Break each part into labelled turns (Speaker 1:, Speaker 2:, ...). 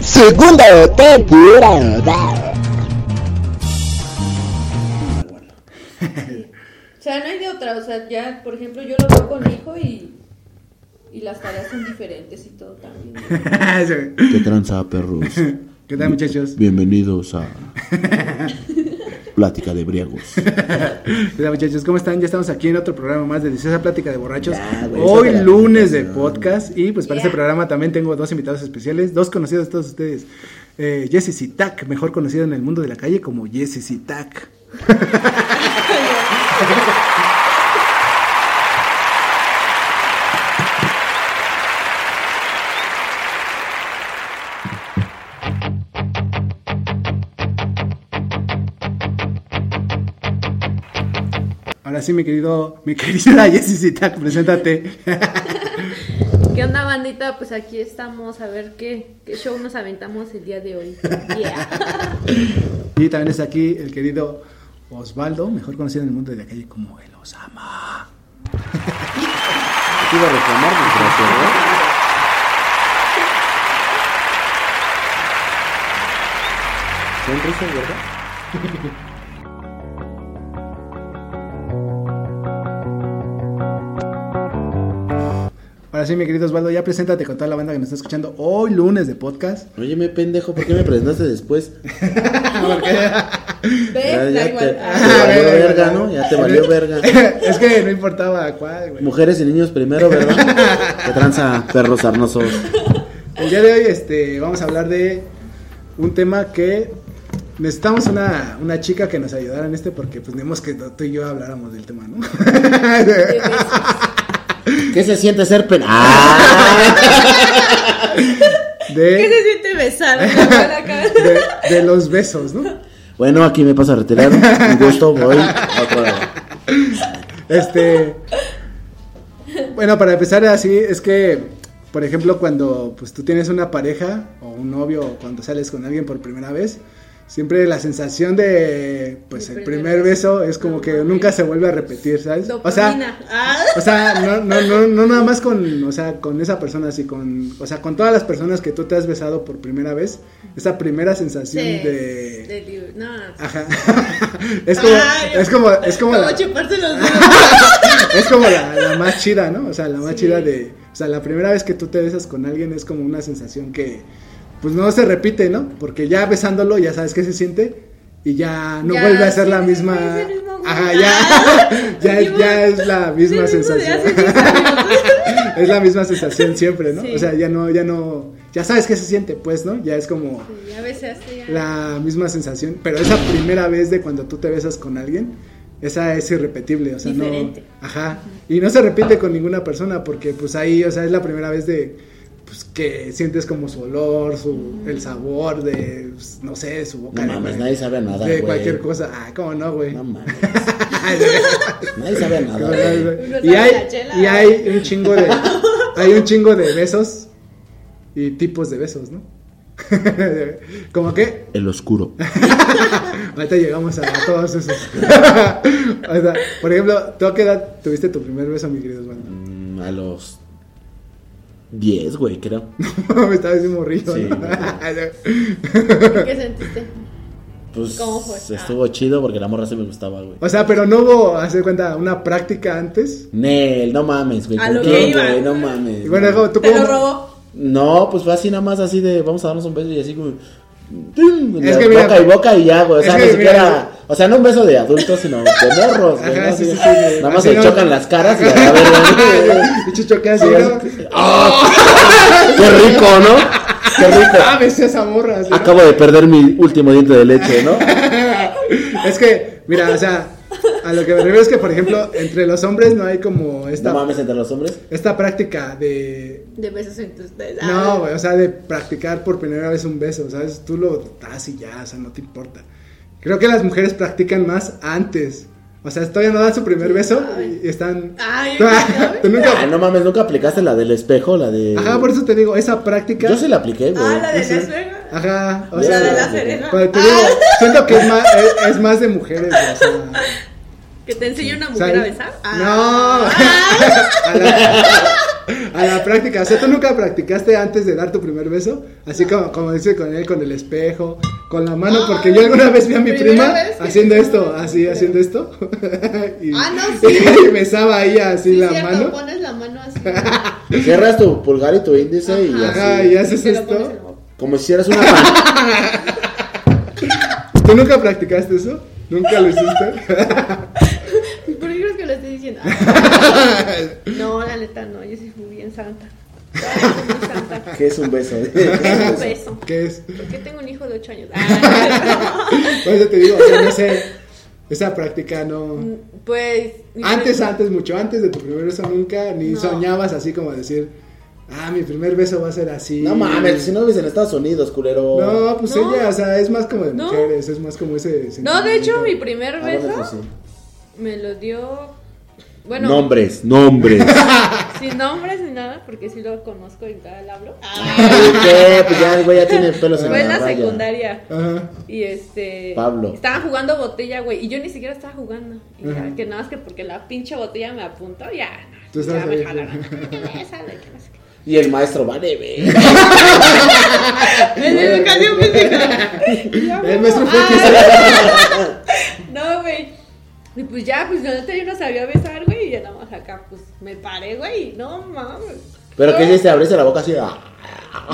Speaker 1: Segundo temporada.
Speaker 2: O sea, no hay de otra. O sea, ya, por ejemplo, yo lo veo con mi hijo y, y las tareas son diferentes y todo también.
Speaker 1: Ah,
Speaker 3: ¿Qué
Speaker 1: ¿Qué tranza, perros?
Speaker 3: tal, muchachos?
Speaker 1: Bienvenidos a Plática de Briagos.
Speaker 3: ¿Qué tal, muchachos? ¿Cómo están? Ya estamos aquí en otro programa más de Deliciosa Plática de Borrachos.
Speaker 1: Ya, güey,
Speaker 3: Hoy
Speaker 1: esa
Speaker 3: lunes de
Speaker 1: plática, no.
Speaker 3: podcast. Y pues para
Speaker 2: Ya.
Speaker 3: este programa también tengo dos invitados especiales, dos conocidos de todos ustedes. Eh, Jesse Sitak, mejor conocido en el mundo de la calle como Jesse Sitak. Ahora sí, mi querido, mi querida Jesse Sitak, preséntate.
Speaker 2: ¿Qué onda, bandita? Pues aquí estamos a ver qué, qué show nos aventamos el día de hoy. Yeah.
Speaker 3: Y también está aquí el querido Osvaldo, mejor conocido en el mundo de la calle como el Osama.
Speaker 1: Te iba a reclamar, desgraciado. Son risas, ¿verdad?
Speaker 3: Ahora sí, mi querido Osvaldo, ya preséntate con toda la banda que nos está escuchando hoy lunes de podcast.
Speaker 1: Oye, me pendejo, ¿por qué me presentaste después?
Speaker 2: Ve, da
Speaker 1: te,
Speaker 2: igual.
Speaker 1: te
Speaker 2: Ah,
Speaker 3: Ah,
Speaker 1: valió
Speaker 3: güey,
Speaker 1: verga,
Speaker 3: güey.
Speaker 1: ¿no? Ya te valió verga.
Speaker 3: es que no importaba cuál, güey.
Speaker 1: Mujeres y niños primero, ¿verdad? ¿Qué tranza, perros arnosos?
Speaker 3: El día de hoy este, vamos a hablar de un tema que necesitamos una, una chica que nos ayudara en este porque pues tenemos que tú y yo habláramos del tema, ¿no?
Speaker 2: de besos.
Speaker 1: ¿Qué se siente ser pen... ¡Ah!
Speaker 2: ¿Qué se
Speaker 3: De,
Speaker 2: siente besar? Acá, acá.
Speaker 3: de, de los besos, ¿no?
Speaker 1: Bueno, aquí me paso a retirar. Un gusto, voy a otro lado.
Speaker 3: Este. Bueno, para empezar así, es que, por ejemplo, cuando pues, tú tienes una pareja o un novio o cuando sales con alguien por primera vez, siempre la sensación de, pues,
Speaker 2: El
Speaker 3: el
Speaker 2: primer
Speaker 3: primer
Speaker 2: beso.
Speaker 3: beso es como que nunca se vuelve a repetir, ¿sabes? O sea,
Speaker 2: Dopamina. Ah.
Speaker 3: o sea, no, no, no, no nada más con, o sea, con esa persona, así con, o sea, con todas las personas que tú te has besado por primera vez, esa primera sensación
Speaker 2: Sí,
Speaker 3: de... Ah,
Speaker 2: de libre. No, no.
Speaker 3: Ajá. es como,
Speaker 2: Ay,
Speaker 3: es como, es como,
Speaker 2: Como
Speaker 3: la-
Speaker 2: chuparse los dedos.
Speaker 3: es como la, la más chida, ¿no? O sea, la más
Speaker 2: Sí.
Speaker 3: chida de. O sea, la primera vez que tú te besas con alguien es como una sensación que. Pues no se repite, ¿no? Porque ya besándolo ya sabes qué se siente y ya no
Speaker 2: Ya,
Speaker 3: vuelve a ser
Speaker 2: sí,
Speaker 3: la
Speaker 2: sí,
Speaker 3: misma.
Speaker 2: sí, es el mismo güey.
Speaker 3: Ajá, ya.
Speaker 2: Ah,
Speaker 3: ya,
Speaker 2: sí,
Speaker 3: ya
Speaker 2: mismo-
Speaker 3: es
Speaker 2: sí,
Speaker 3: la misma
Speaker 2: mismo de
Speaker 3: sensación.
Speaker 2: hace diez años.
Speaker 3: es la misma sensación siempre, ¿no?
Speaker 2: Sí.
Speaker 3: O sea, ya no, ya no. Ya sabes qué se siente, pues, ¿no? Ya es como
Speaker 2: Sí, ya besaste ya.
Speaker 3: la misma sensación, pero esa primera vez de cuando tú te besas con alguien, esa es irrepetible, o sea,
Speaker 2: Diferente.
Speaker 3: no, ajá, y no se repite con ninguna persona porque pues ahí, o sea, es la primera vez de pues que sientes como su olor, su el sabor de pues, no sé, su boca
Speaker 1: No
Speaker 3: de-
Speaker 1: mames, nadie sabe a nada,
Speaker 3: de
Speaker 1: güey.
Speaker 3: cualquier cosa. Ah, cómo no, güey.
Speaker 1: No mames. Nadie sabe nada.
Speaker 3: No, no,
Speaker 1: güey.
Speaker 3: no.
Speaker 2: Uno
Speaker 3: y
Speaker 2: sabe
Speaker 3: hay
Speaker 2: la chela.
Speaker 3: y hay un chingo de hay un chingo de besos y tipos de besos, ¿no? como que
Speaker 1: El oscuro.
Speaker 3: Ahorita llegamos a todos esos. o sea, por ejemplo, ¿tú a qué edad tuviste tu primer beso, mi querido Osvaldo?
Speaker 1: Mm, A los 10, güey, creo.
Speaker 3: Me estaba diciendo morrido,
Speaker 1: Sí,
Speaker 3: ¿no?
Speaker 1: güey.
Speaker 2: ¿Qué sentiste?
Speaker 1: Pues
Speaker 2: ¿Cómo fue? Ah.
Speaker 1: estuvo chido porque la morra se me gustaba, güey.
Speaker 3: o sea, pero no hubo, hace cuenta, una práctica antes.
Speaker 1: Nel, no mames, güey.
Speaker 2: A
Speaker 1: ¿con
Speaker 2: lo
Speaker 1: quién,
Speaker 2: que iba.
Speaker 1: güey? No mames.
Speaker 3: Y bueno,
Speaker 1: no.
Speaker 3: luego, ¿tú
Speaker 2: Te
Speaker 3: cómo-
Speaker 2: lo robó.
Speaker 1: No, pues fue así nada más, así de vamos a darnos un beso y así como. ¡tum!
Speaker 3: Es
Speaker 1: La
Speaker 3: que mira,
Speaker 1: boca y boca y ya, güey. O
Speaker 3: es
Speaker 1: sea,
Speaker 3: que
Speaker 1: ni
Speaker 3: mira,
Speaker 1: siquiera. O sea, no un beso de adultos, sino de morros, güey.
Speaker 3: Ajá,
Speaker 1: ¿no?
Speaker 3: sí,
Speaker 1: Así
Speaker 3: sí,
Speaker 1: de-
Speaker 3: sí, güey.
Speaker 1: Nada más
Speaker 3: Así
Speaker 1: se
Speaker 3: no-
Speaker 1: chocan las caras y a la verga.
Speaker 3: Y Chucho, ¿qué haces?
Speaker 1: Sí,
Speaker 3: no?
Speaker 1: es- ¡Ah! ¡Qué rico, ¿no? ¡Qué rico!
Speaker 3: Ah, besé a esa morra. así, ¿no?
Speaker 1: Acabo de perder mi último diente de leche, ¿no?
Speaker 3: Es que, mira, o sea, A lo que me refiero es que, por ejemplo, entre los hombres no hay como esta,
Speaker 1: No mames entre los hombres.
Speaker 3: esta práctica de...
Speaker 2: De besos en tus dedos. Ah.
Speaker 3: No, güey, o sea, de practicar por primera vez un beso, ¿sabes? Tú lo das y ya, o sea, no te importa. Creo que las mujeres practican más antes. O sea, todavía no dan su primer beso y están...
Speaker 2: Ay,
Speaker 3: Tú-
Speaker 2: ay,
Speaker 3: tú nunca-
Speaker 1: Ah, no mames, nunca aplicaste la del espejo, la de.
Speaker 3: Ajá, por eso te digo, esa práctica...
Speaker 1: Yo sí la apliqué, güey.
Speaker 2: Ah, la de
Speaker 3: Sí, sí.
Speaker 2: las vergas.
Speaker 3: Ajá, o
Speaker 1: Yo
Speaker 3: sea...
Speaker 2: La de
Speaker 1: sí
Speaker 2: la Ah, serena.
Speaker 3: pero te digo, siento que es más, es, es más de mujeres, güey, o sea...
Speaker 2: Que te enseña una
Speaker 3: O sea,
Speaker 2: mujer a besar. Ah.
Speaker 3: No. A la, a la práctica. O sea, tú nunca practicaste antes de dar tu primer beso. Así como, como dice con él, con el espejo, con la mano. Porque yo alguna vez vi a mi
Speaker 2: Ah. Primera
Speaker 3: prima
Speaker 2: vez que-
Speaker 3: haciendo esto, así, haciendo esto. y,
Speaker 2: Ah, no, sí.
Speaker 3: y besaba a ella así
Speaker 2: Sí,
Speaker 3: la
Speaker 2: cierto,
Speaker 3: mano.
Speaker 2: pones la mano así.
Speaker 1: Cierras tu pulgar y tu índice y así.
Speaker 3: Ajá, y haces
Speaker 2: te lo pones en la
Speaker 3: esto.
Speaker 2: boca.
Speaker 1: Como si hicieras una pan-
Speaker 3: ¿Tú nunca practicaste eso? ¿Nunca lo hiciste?
Speaker 2: ¿Por qué crees que lo estoy diciendo? Ah. no, la neta no, yo soy muy bien santa. Soy muy santa.
Speaker 1: ¿Qué es un beso?
Speaker 2: Es un beso.
Speaker 3: ¿Qué es?
Speaker 2: ¿Por qué tengo un hijo de 8 años? Ah,
Speaker 3: Por eso te digo, o sea, no sé. Esa práctica no.
Speaker 2: no. pues. mi
Speaker 3: Antes,
Speaker 2: primer-
Speaker 3: antes, mucho antes de tu primer beso nunca, ni
Speaker 2: No.
Speaker 3: soñabas así como decir, ah, mi primer beso va a ser así.
Speaker 1: No mames, si no vives en Estados Unidos, culero. Ah,
Speaker 3: No, pues
Speaker 2: No.
Speaker 3: ella, o sea, es más como de
Speaker 2: No.
Speaker 3: mujeres, es más como ese
Speaker 2: No, de hecho, mi primer
Speaker 1: Ah, bueno,
Speaker 2: beso
Speaker 1: pues sí.
Speaker 2: me lo dio. Bueno,
Speaker 1: Nombres, nombres.
Speaker 2: sin nombres ni nada, porque sí lo conozco y tal, hablo.
Speaker 1: ¿Y ¿Qué? Pues ya el güey ya tiene pelos en
Speaker 2: Fue en
Speaker 1: la
Speaker 2: la
Speaker 1: raya.
Speaker 2: secundaria.
Speaker 3: Ajá.
Speaker 2: Y este.
Speaker 1: Pablo.
Speaker 2: Estaban jugando botella, güey. Y yo ni siquiera estaba jugando. Y ya,
Speaker 3: Ajá.
Speaker 2: que nada más que porque la pinche botella me apuntó, ya. no, ya
Speaker 3: Tú estabas
Speaker 2: me
Speaker 3: ahí.
Speaker 2: jalaron. Que bésala, que no sé qué.
Speaker 1: Y el maestro, vale, ve.
Speaker 2: En educación física. Y
Speaker 1: Eh,
Speaker 2: yo,
Speaker 3: El
Speaker 2: Ah, bueno,
Speaker 3: maestro fue
Speaker 2: ay,
Speaker 1: que-
Speaker 2: No, güey. Y pues ya, pues la neta yo no sabía besar, güey. Y ya nada más acá, pues me paré, güey. No mames.
Speaker 1: Pero que
Speaker 2: No.
Speaker 1: hiciste, abriste la boca así. ah.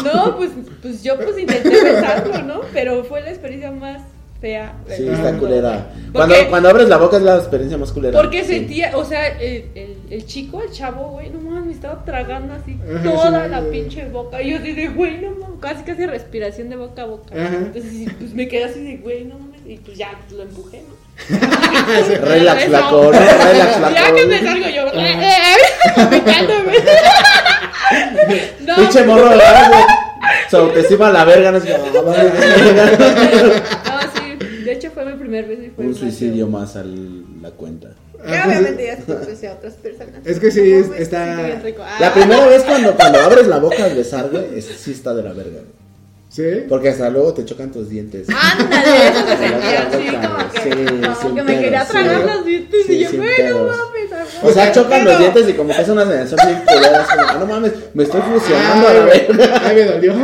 Speaker 2: No, pues, pues yo pues intenté besarlo, ¿no? Pero fue la experiencia más fea. del
Speaker 1: Sí,
Speaker 3: Ajá.
Speaker 1: está
Speaker 2: mundo.
Speaker 1: culera. Cuando,
Speaker 2: Porque-
Speaker 1: cuando abres la boca es la experiencia más culera.
Speaker 2: Porque
Speaker 1: Sí.
Speaker 2: sentía, o sea, el, el, el chico, el chavo, güey, no mames, me estaba tragando así
Speaker 3: Ajá,
Speaker 2: toda
Speaker 3: sí,
Speaker 2: la
Speaker 3: güey.
Speaker 2: pinche boca. Y yo dije, güey, no mames, casi casi respiración de boca a boca.
Speaker 3: Ajá.
Speaker 2: Entonces, pues me quedé así de, güey, no mames, y pues ya pues, lo empujé, ¿no?
Speaker 1: Relax,
Speaker 2: Eso.
Speaker 1: flaco, no, relax,
Speaker 2: Ya
Speaker 1: flaco.
Speaker 2: que me salgo yo, eh, vomitándome. No,
Speaker 1: Pinche morro, ¿verdad, güey? Su autoestima a la verga, no
Speaker 2: Pues
Speaker 1: es que, ah, vale.
Speaker 2: no, sí, de hecho fue mi primer beso y fue
Speaker 1: Un
Speaker 2: el más feo.
Speaker 1: suicidio más a la cuenta.
Speaker 2: Que obviamente ya se lo ofrece a otras personas.
Speaker 3: Es que sí,
Speaker 2: No,
Speaker 3: es-
Speaker 2: güey,
Speaker 3: está-
Speaker 2: sí, bien rico. Ah.
Speaker 1: La primera vez cuando, cuando abres la boca al besar, güey, es- sí está de la verga, güey.
Speaker 3: ¿Sí?
Speaker 1: Porque hasta luego te chocan tus dientes.
Speaker 2: Ándale, eso se sentía
Speaker 1: Sí,
Speaker 2: así, como que,
Speaker 1: sí,
Speaker 2: como
Speaker 1: sin
Speaker 2: que me
Speaker 1: pedos,
Speaker 2: quería
Speaker 1: sí.
Speaker 2: tragar los dientes
Speaker 1: Sí,
Speaker 2: y yo,
Speaker 1: sin
Speaker 2: bueno,
Speaker 1: pedos.
Speaker 2: mames. amor".
Speaker 1: O sea, chocan
Speaker 2: Pero-
Speaker 1: los dientes y como que es una sensación bien culera. es como, ah, no mames, me estoy fusionando a
Speaker 3: Ay,
Speaker 1: la
Speaker 3: güey,
Speaker 1: verga.
Speaker 3: ay, me dolió.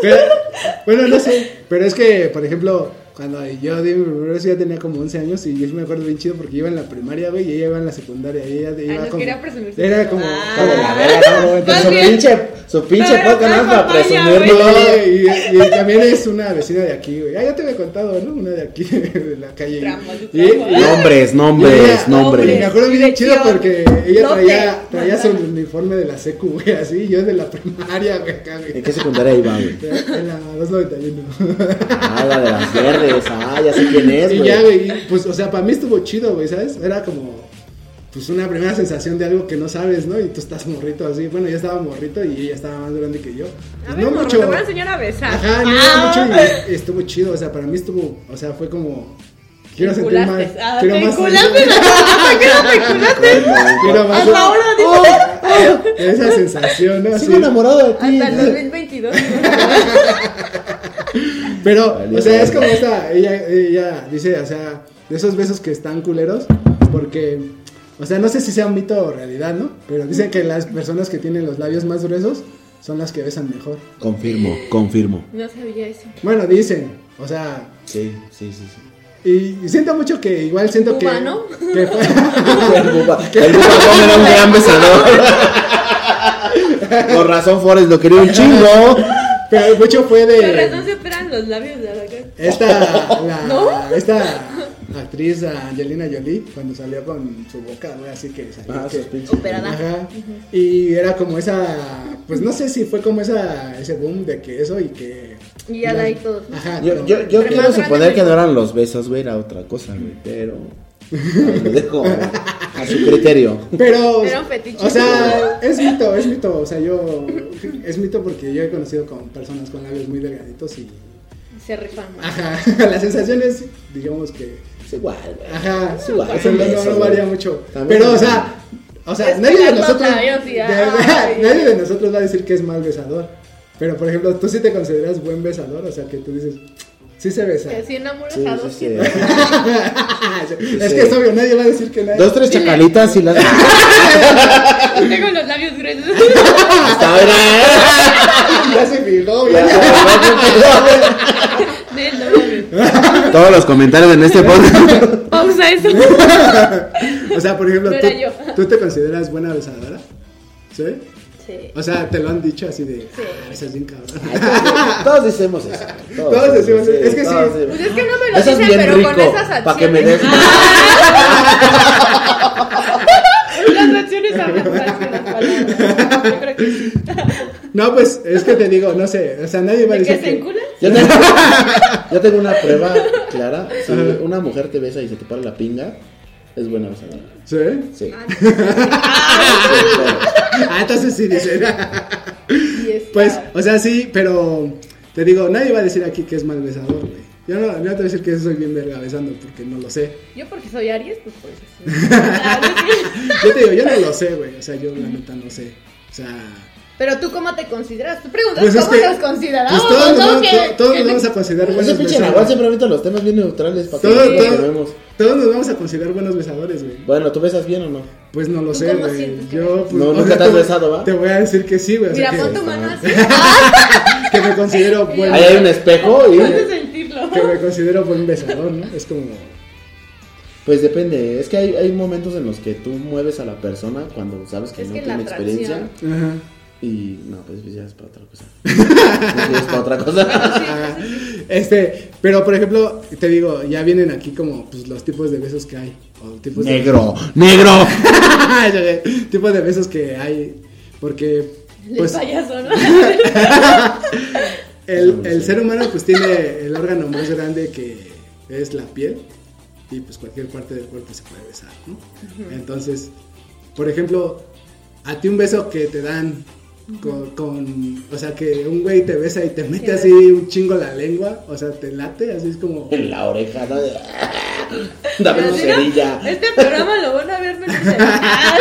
Speaker 3: Pero- bueno, no sé, pero es que, por ejemplo, cuando yo di mi primer beso ya tenía como 11 años y yo me acuerdo bien chido porque yo iba en la primaria, güey, y ella iba en la secundaria. Y ella
Speaker 2: Ah,
Speaker 3: iba
Speaker 2: no
Speaker 3: como,
Speaker 2: quería presumir.
Speaker 3: Era como...
Speaker 2: Ah.
Speaker 1: Hijo de la verga, no, güey,
Speaker 2: Más
Speaker 1: Su
Speaker 2: bien.
Speaker 1: pinche, su pinche
Speaker 2: Pero
Speaker 1: podcast no es para
Speaker 2: papaya,
Speaker 1: presumir,
Speaker 2: güey.
Speaker 1: no.
Speaker 3: No, y, y también es una vecina de aquí, güey. Ah, ya te había contado, ¿no? Una de aquí, de la calle.
Speaker 2: Tramo, de
Speaker 3: Y-
Speaker 2: tramo.
Speaker 3: y-
Speaker 1: Nombres, nombres,
Speaker 3: Nombres. y
Speaker 1: nombres.
Speaker 3: me acuerdo bien
Speaker 2: Dirección.
Speaker 3: chido porque ella
Speaker 2: Lote.
Speaker 3: traía, traía su uniforme de la secu, güey, así, y yo de la primaria, güey, acá,
Speaker 1: ¿En
Speaker 3: güey.
Speaker 1: qué secundaria iba, güey?
Speaker 3: En la 291.
Speaker 1: Ah, la de las verdes, ah, ya sé quién es,
Speaker 3: Y ya,
Speaker 1: güey.
Speaker 3: güey, y, pues, o sea, para mí estuvo chido, güey, ¿sabes? Era como, pues, una primera sensación de algo que no sabes, ¿no? Y tú estás morrito así. Bueno, yo estaba morrito y ella estaba más grande que yo.
Speaker 2: A
Speaker 3: Pues,
Speaker 2: ver,
Speaker 3: no
Speaker 2: morro,
Speaker 3: mucho.
Speaker 2: te voy a enseñar a besar.
Speaker 3: Ajá, no,
Speaker 2: Ah.
Speaker 3: no, mucho y estuvo chido, o sea, para mí estuvo, o sea, fue como quiero sentir más,
Speaker 2: Vinculaste. Ah,
Speaker 3: quiero más.
Speaker 2: vinculaste, ¿por qué no vinculaste?
Speaker 3: Quiero más.
Speaker 2: Hasta ahora digo.
Speaker 1: Oh,
Speaker 3: Esa sensación, ¿no?
Speaker 1: Sigo
Speaker 3: Así.
Speaker 1: enamorado de ti.
Speaker 2: Hasta el 2022.
Speaker 3: Pero,
Speaker 1: Valió
Speaker 3: o sea, es
Speaker 1: verga.
Speaker 3: como esa, ella, ella dice, o sea, de esos besos que están culeros, porque, o sea, no sé si sea un mito o realidad, ¿no? Pero dicen que las personas que tienen los labios más gruesos son las que besan mejor.
Speaker 1: Confirmo, confirmo.
Speaker 2: No sabía eso.
Speaker 3: Bueno, dicen, o sea,
Speaker 1: Sí, sí, sí. sí.
Speaker 3: y, y siento mucho que igual siento que,
Speaker 2: Humano.
Speaker 3: que fue-
Speaker 1: El Buba, el Buba Gómez era un gran besador. Con razón, Forrest lo quería un chingo.
Speaker 3: pero mucho fue de
Speaker 2: Con razón se operan los labios de la cara.
Speaker 3: Esta, la,
Speaker 2: ¿No?
Speaker 3: esta, actriz Angelina Jolie cuando salió con su boca, güey, así que salió
Speaker 1: Ah,
Speaker 3: que-
Speaker 1: sus pinches.
Speaker 2: Operada.
Speaker 3: Ajá. Y era como esa, pues no sé si fue como esa ese boom de que eso y que
Speaker 2: Y ya de ahí todos.
Speaker 3: Ajá.
Speaker 1: Yo, yo, yo
Speaker 2: Pero
Speaker 1: quiero
Speaker 2: más
Speaker 1: suponer
Speaker 2: grande.
Speaker 1: que no eran los besos, güey, era otra cosa, güey, pero ahí lo dejo a su criterio.
Speaker 3: Pero,
Speaker 2: Era un fetiche.
Speaker 3: o sea, es mito, es mito, o sea, yo es mito porque yo he conocido con personas con labios muy delgaditos y
Speaker 2: Se rifan.
Speaker 3: ajá, la sensación es digamos que
Speaker 1: Es igual, güey.
Speaker 3: Ajá,
Speaker 1: Es igual, es
Speaker 3: eso
Speaker 1: un
Speaker 3: no,
Speaker 1: beso,
Speaker 3: no
Speaker 1: güey.
Speaker 3: varía mucho.
Speaker 1: También
Speaker 3: pero, o
Speaker 1: es-
Speaker 3: sea, o sea,
Speaker 2: Es
Speaker 3: nadie de
Speaker 2: pelar los
Speaker 3: nosotros.
Speaker 2: labios y
Speaker 3: de-
Speaker 2: ay.
Speaker 3: nadie de nosotros va a decir que es mal besador. Pero, por ejemplo, tú sí te consideras buen besador, o sea, que tú dices, sí se besa. Ah,
Speaker 2: Que si enamoras
Speaker 1: Sí,
Speaker 2: a
Speaker 1: sí,
Speaker 2: dos,
Speaker 1: sí.
Speaker 2: siempre.
Speaker 3: es
Speaker 1: Sí.
Speaker 3: que es obvio, nadie va a decir que nadie.
Speaker 1: Dos, tres chacalitas y las.
Speaker 2: Tengo los labios gruesos.
Speaker 1: Hasta ahora.
Speaker 3: ya se fijó, ya.
Speaker 2: Nel, no mames.
Speaker 1: Todos los comentarios en este podcast.
Speaker 2: Pausa eso.
Speaker 3: O sea, por ejemplo,
Speaker 2: No
Speaker 3: tú,
Speaker 2: era yo.
Speaker 3: tú te consideras buena besadora. ¿Sí?
Speaker 2: Sí.
Speaker 3: O sea, te lo han dicho así de,
Speaker 2: Sí.
Speaker 3: "Ah, besas bien cabrón.
Speaker 1: Todos decimos eso. güey.
Speaker 3: Todos decimos eso. Es que
Speaker 1: todos
Speaker 3: sí.
Speaker 1: decimos-
Speaker 2: Pues es que no me lo
Speaker 1: Eso es
Speaker 2: dicen,
Speaker 1: bien
Speaker 2: pero con
Speaker 1: rico.
Speaker 2: esas acciones. Ah.
Speaker 1: Para que me des.
Speaker 2: Las acciones hablan más que las palabras. Yo creo que sí.
Speaker 3: No, pues es que te digo, no sé, o sea, nadie va a
Speaker 2: ¿De
Speaker 3: decir
Speaker 2: que se enculan?
Speaker 1: Yo tengo, yo tengo una prueba clara. Si una mujer te besa y se te para la pinga, es buena besadora.
Speaker 3: ¿Sí?
Speaker 1: Sí.
Speaker 3: Ah, entonces sí dicen.
Speaker 2: Y está-
Speaker 3: Pues, o sea, sí, pero te digo, nadie va a decir aquí que es mal besador, güey. Yo no, no te voy a decir que soy bien verga besando porque no lo sé.
Speaker 2: Yo porque soy Aries, pues por eso sí. Ah, no, sí.
Speaker 3: Yo te digo, yo no lo sé, güey. O sea, yo la neta no sé. O sea,
Speaker 2: Pero tú, ¿cómo te consideras? Tú preguntas
Speaker 3: pues es
Speaker 2: cómo
Speaker 3: que.
Speaker 2: nos consideramos.
Speaker 3: pues todos nos
Speaker 2: ¿no?
Speaker 3: vamos,
Speaker 2: Que-
Speaker 3: to- todos
Speaker 2: que
Speaker 3: nos
Speaker 2: te-
Speaker 3: vamos a considerar
Speaker 1: Ese
Speaker 3: buenos
Speaker 1: pinche Nahual
Speaker 3: besadores.
Speaker 1: siempre avienta los temas bien neutrales para que
Speaker 3: Todo-
Speaker 1: nosotros
Speaker 3: todo-
Speaker 1: lo vemos.
Speaker 3: Todos nos vamos a considerar buenos besadores, güey.
Speaker 1: Bueno, ¿tú besas bien o no?
Speaker 3: Pues no lo
Speaker 2: ¿Tú
Speaker 3: sé,
Speaker 2: cómo
Speaker 3: güey.
Speaker 2: sientes que
Speaker 3: Yo,
Speaker 2: besas?
Speaker 3: pues,
Speaker 1: No,
Speaker 3: o
Speaker 1: nunca
Speaker 3: sea,
Speaker 1: te has
Speaker 3: voy-
Speaker 1: besado, ¿va?
Speaker 3: Te voy a decir que sí, güey. o sea,
Speaker 2: Mira, pon
Speaker 3: que,
Speaker 2: tu mano así.
Speaker 3: que me considero buen,
Speaker 1: Ahí hay un espejo y.
Speaker 2: Vas a sentirlo.
Speaker 3: que me considero buen besador, ¿no? Es como.
Speaker 1: Pues depende, es que hay, hay momentos en los que tú mueves a la persona cuando sabes que
Speaker 2: Es
Speaker 1: no
Speaker 2: que la
Speaker 1: tiene
Speaker 2: atracción.
Speaker 1: experiencia
Speaker 3: Ajá.
Speaker 1: y no, pues ya es para otra cosa. No es para otra
Speaker 3: Ah,
Speaker 1: cosa.
Speaker 3: Este, pero por ejemplo, te digo, ya vienen aquí como pues, los tipos de besos que hay. O tipos
Speaker 1: negro, negro.
Speaker 3: De... tipos de besos que hay. Porque,
Speaker 2: El
Speaker 3: pues,
Speaker 2: payaso, ¿no?
Speaker 3: el, el ser humano pues tiene el órgano más grande que es la piel. Y pues cualquier parte del cuerpo se puede besar, ¿no? Entonces, por ejemplo, a ti un beso que te dan con, con- o sea, que un güey te besa y te mete
Speaker 2: Sí.
Speaker 3: así un chingo la lengua, o sea, te late, así es como...
Speaker 1: En la oreja, ¿no? Dame tu
Speaker 2: Así, ¿no?
Speaker 1: cerilla.
Speaker 2: Este programa lo van a ver menos de- Ah,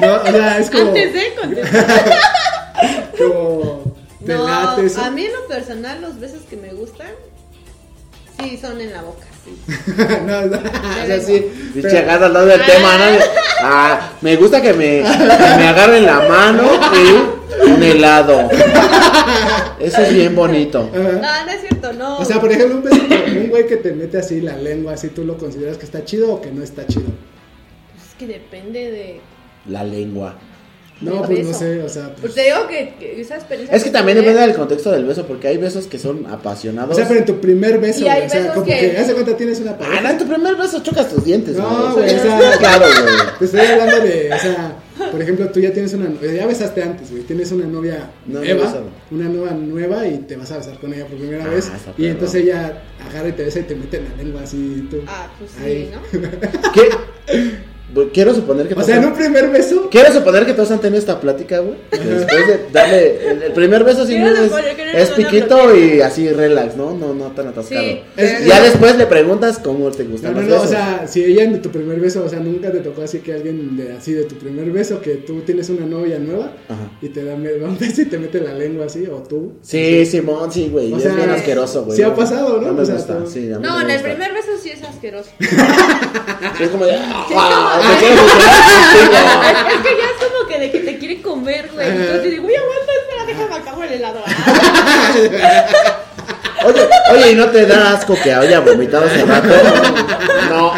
Speaker 3: No, o sea, es como...
Speaker 2: Antes ¿eh? de contestar.
Speaker 3: como te
Speaker 2: No,
Speaker 3: late eso.
Speaker 2: a mí en lo personal los besos que me gustan sí son en la boca, sí.
Speaker 3: no, no, o sea, sí.
Speaker 1: Pinche
Speaker 3: pero-
Speaker 1: gata al lado del tema, ¿no? Ah, me gusta que me, que me agarren la mano y un helado. Eso es bien bonito.
Speaker 3: Ajá.
Speaker 2: No, no es cierto, no.
Speaker 3: Ah. O sea, por ejemplo, un, beso, un güey que te mete así la lengua, así tú lo consideras que está chido o que no está chido.
Speaker 2: Pues es que depende de
Speaker 1: La lengua.
Speaker 3: No,
Speaker 2: Del
Speaker 3: pues no
Speaker 2: beso.
Speaker 3: sé, o sea, pues-
Speaker 2: Pues te digo que, que esa experiencia
Speaker 1: Es que también
Speaker 2: tuve-
Speaker 1: depende del contexto del beso, porque hay besos que son apasionados.
Speaker 3: o sea, pero en tu primer beso,
Speaker 2: Y hay
Speaker 3: güey, o sea,
Speaker 2: besos
Speaker 3: como que,
Speaker 2: que-
Speaker 3: hace cuenta tienes una
Speaker 1: Ah, no,
Speaker 3: pareja.
Speaker 1: en tu primer beso chocas tus dientes.
Speaker 3: No,
Speaker 1: güey,
Speaker 3: güey,
Speaker 1: eso
Speaker 3: o
Speaker 1: está
Speaker 3: sea-
Speaker 1: claro, güey.
Speaker 3: Te estoy hablando de, o sea, por ejemplo, tú ya tienes una, novia, ya besaste antes, güey, tienes una novia
Speaker 1: No, no he
Speaker 3: nueva,
Speaker 1: besado.
Speaker 3: una nueva nueva y te vas a besar con ella por primera
Speaker 1: Ah,
Speaker 3: vez y
Speaker 1: está perro.
Speaker 3: entonces ella agarra y te besa y te mete la lengua así tú.
Speaker 2: Ah, pues sí,
Speaker 3: Ahí.
Speaker 2: ¿no?
Speaker 1: ¿Qué? Quiero suponer que
Speaker 3: O
Speaker 1: todos
Speaker 3: sea, en
Speaker 1: han-
Speaker 3: un primer beso
Speaker 1: Quiero suponer que todos han tenido esta plática, güey. que Después de darle. El, el primer beso sin
Speaker 2: Quiero
Speaker 1: es,
Speaker 2: suponer que no
Speaker 1: es
Speaker 2: nos van a
Speaker 1: piquito
Speaker 2: bloquear.
Speaker 1: y así relax, ¿no? No, no tan atascado.
Speaker 2: Sí.
Speaker 3: Es-
Speaker 1: Y Ya después le preguntas cómo te
Speaker 3: No,
Speaker 1: gustan
Speaker 3: no,
Speaker 1: los
Speaker 3: no, o
Speaker 1: besos.
Speaker 3: sea, si ella en tu primer beso, o sea, nunca te tocó así que alguien de, así de tu primer beso, que tú tienes una novia nueva
Speaker 1: Ajá.
Speaker 3: y te da me da un beso y te mete la lengua así, o tú.
Speaker 1: Sí, Simón, sí, güey.
Speaker 3: O
Speaker 1: Es
Speaker 3: sea,
Speaker 1: bien asqueroso, güey.
Speaker 3: sí ha pasado, ¿no?
Speaker 1: No me
Speaker 3: O sea,
Speaker 1: gusta.
Speaker 3: tú-
Speaker 1: Sí, a mí
Speaker 2: No,
Speaker 1: me
Speaker 2: en el
Speaker 1: gusta.
Speaker 2: primer beso sí es asqueroso.
Speaker 1: Es como de. ¡Ah! Me quiero buscar.
Speaker 2: es que ya es como que de que te quieren comer, güey. Entonces digo, uy, aguanta, espera, déjame acabo el helado. Ah,
Speaker 1: Oye, oye, ¿y no te da asco que haya vomitado hace rato? No.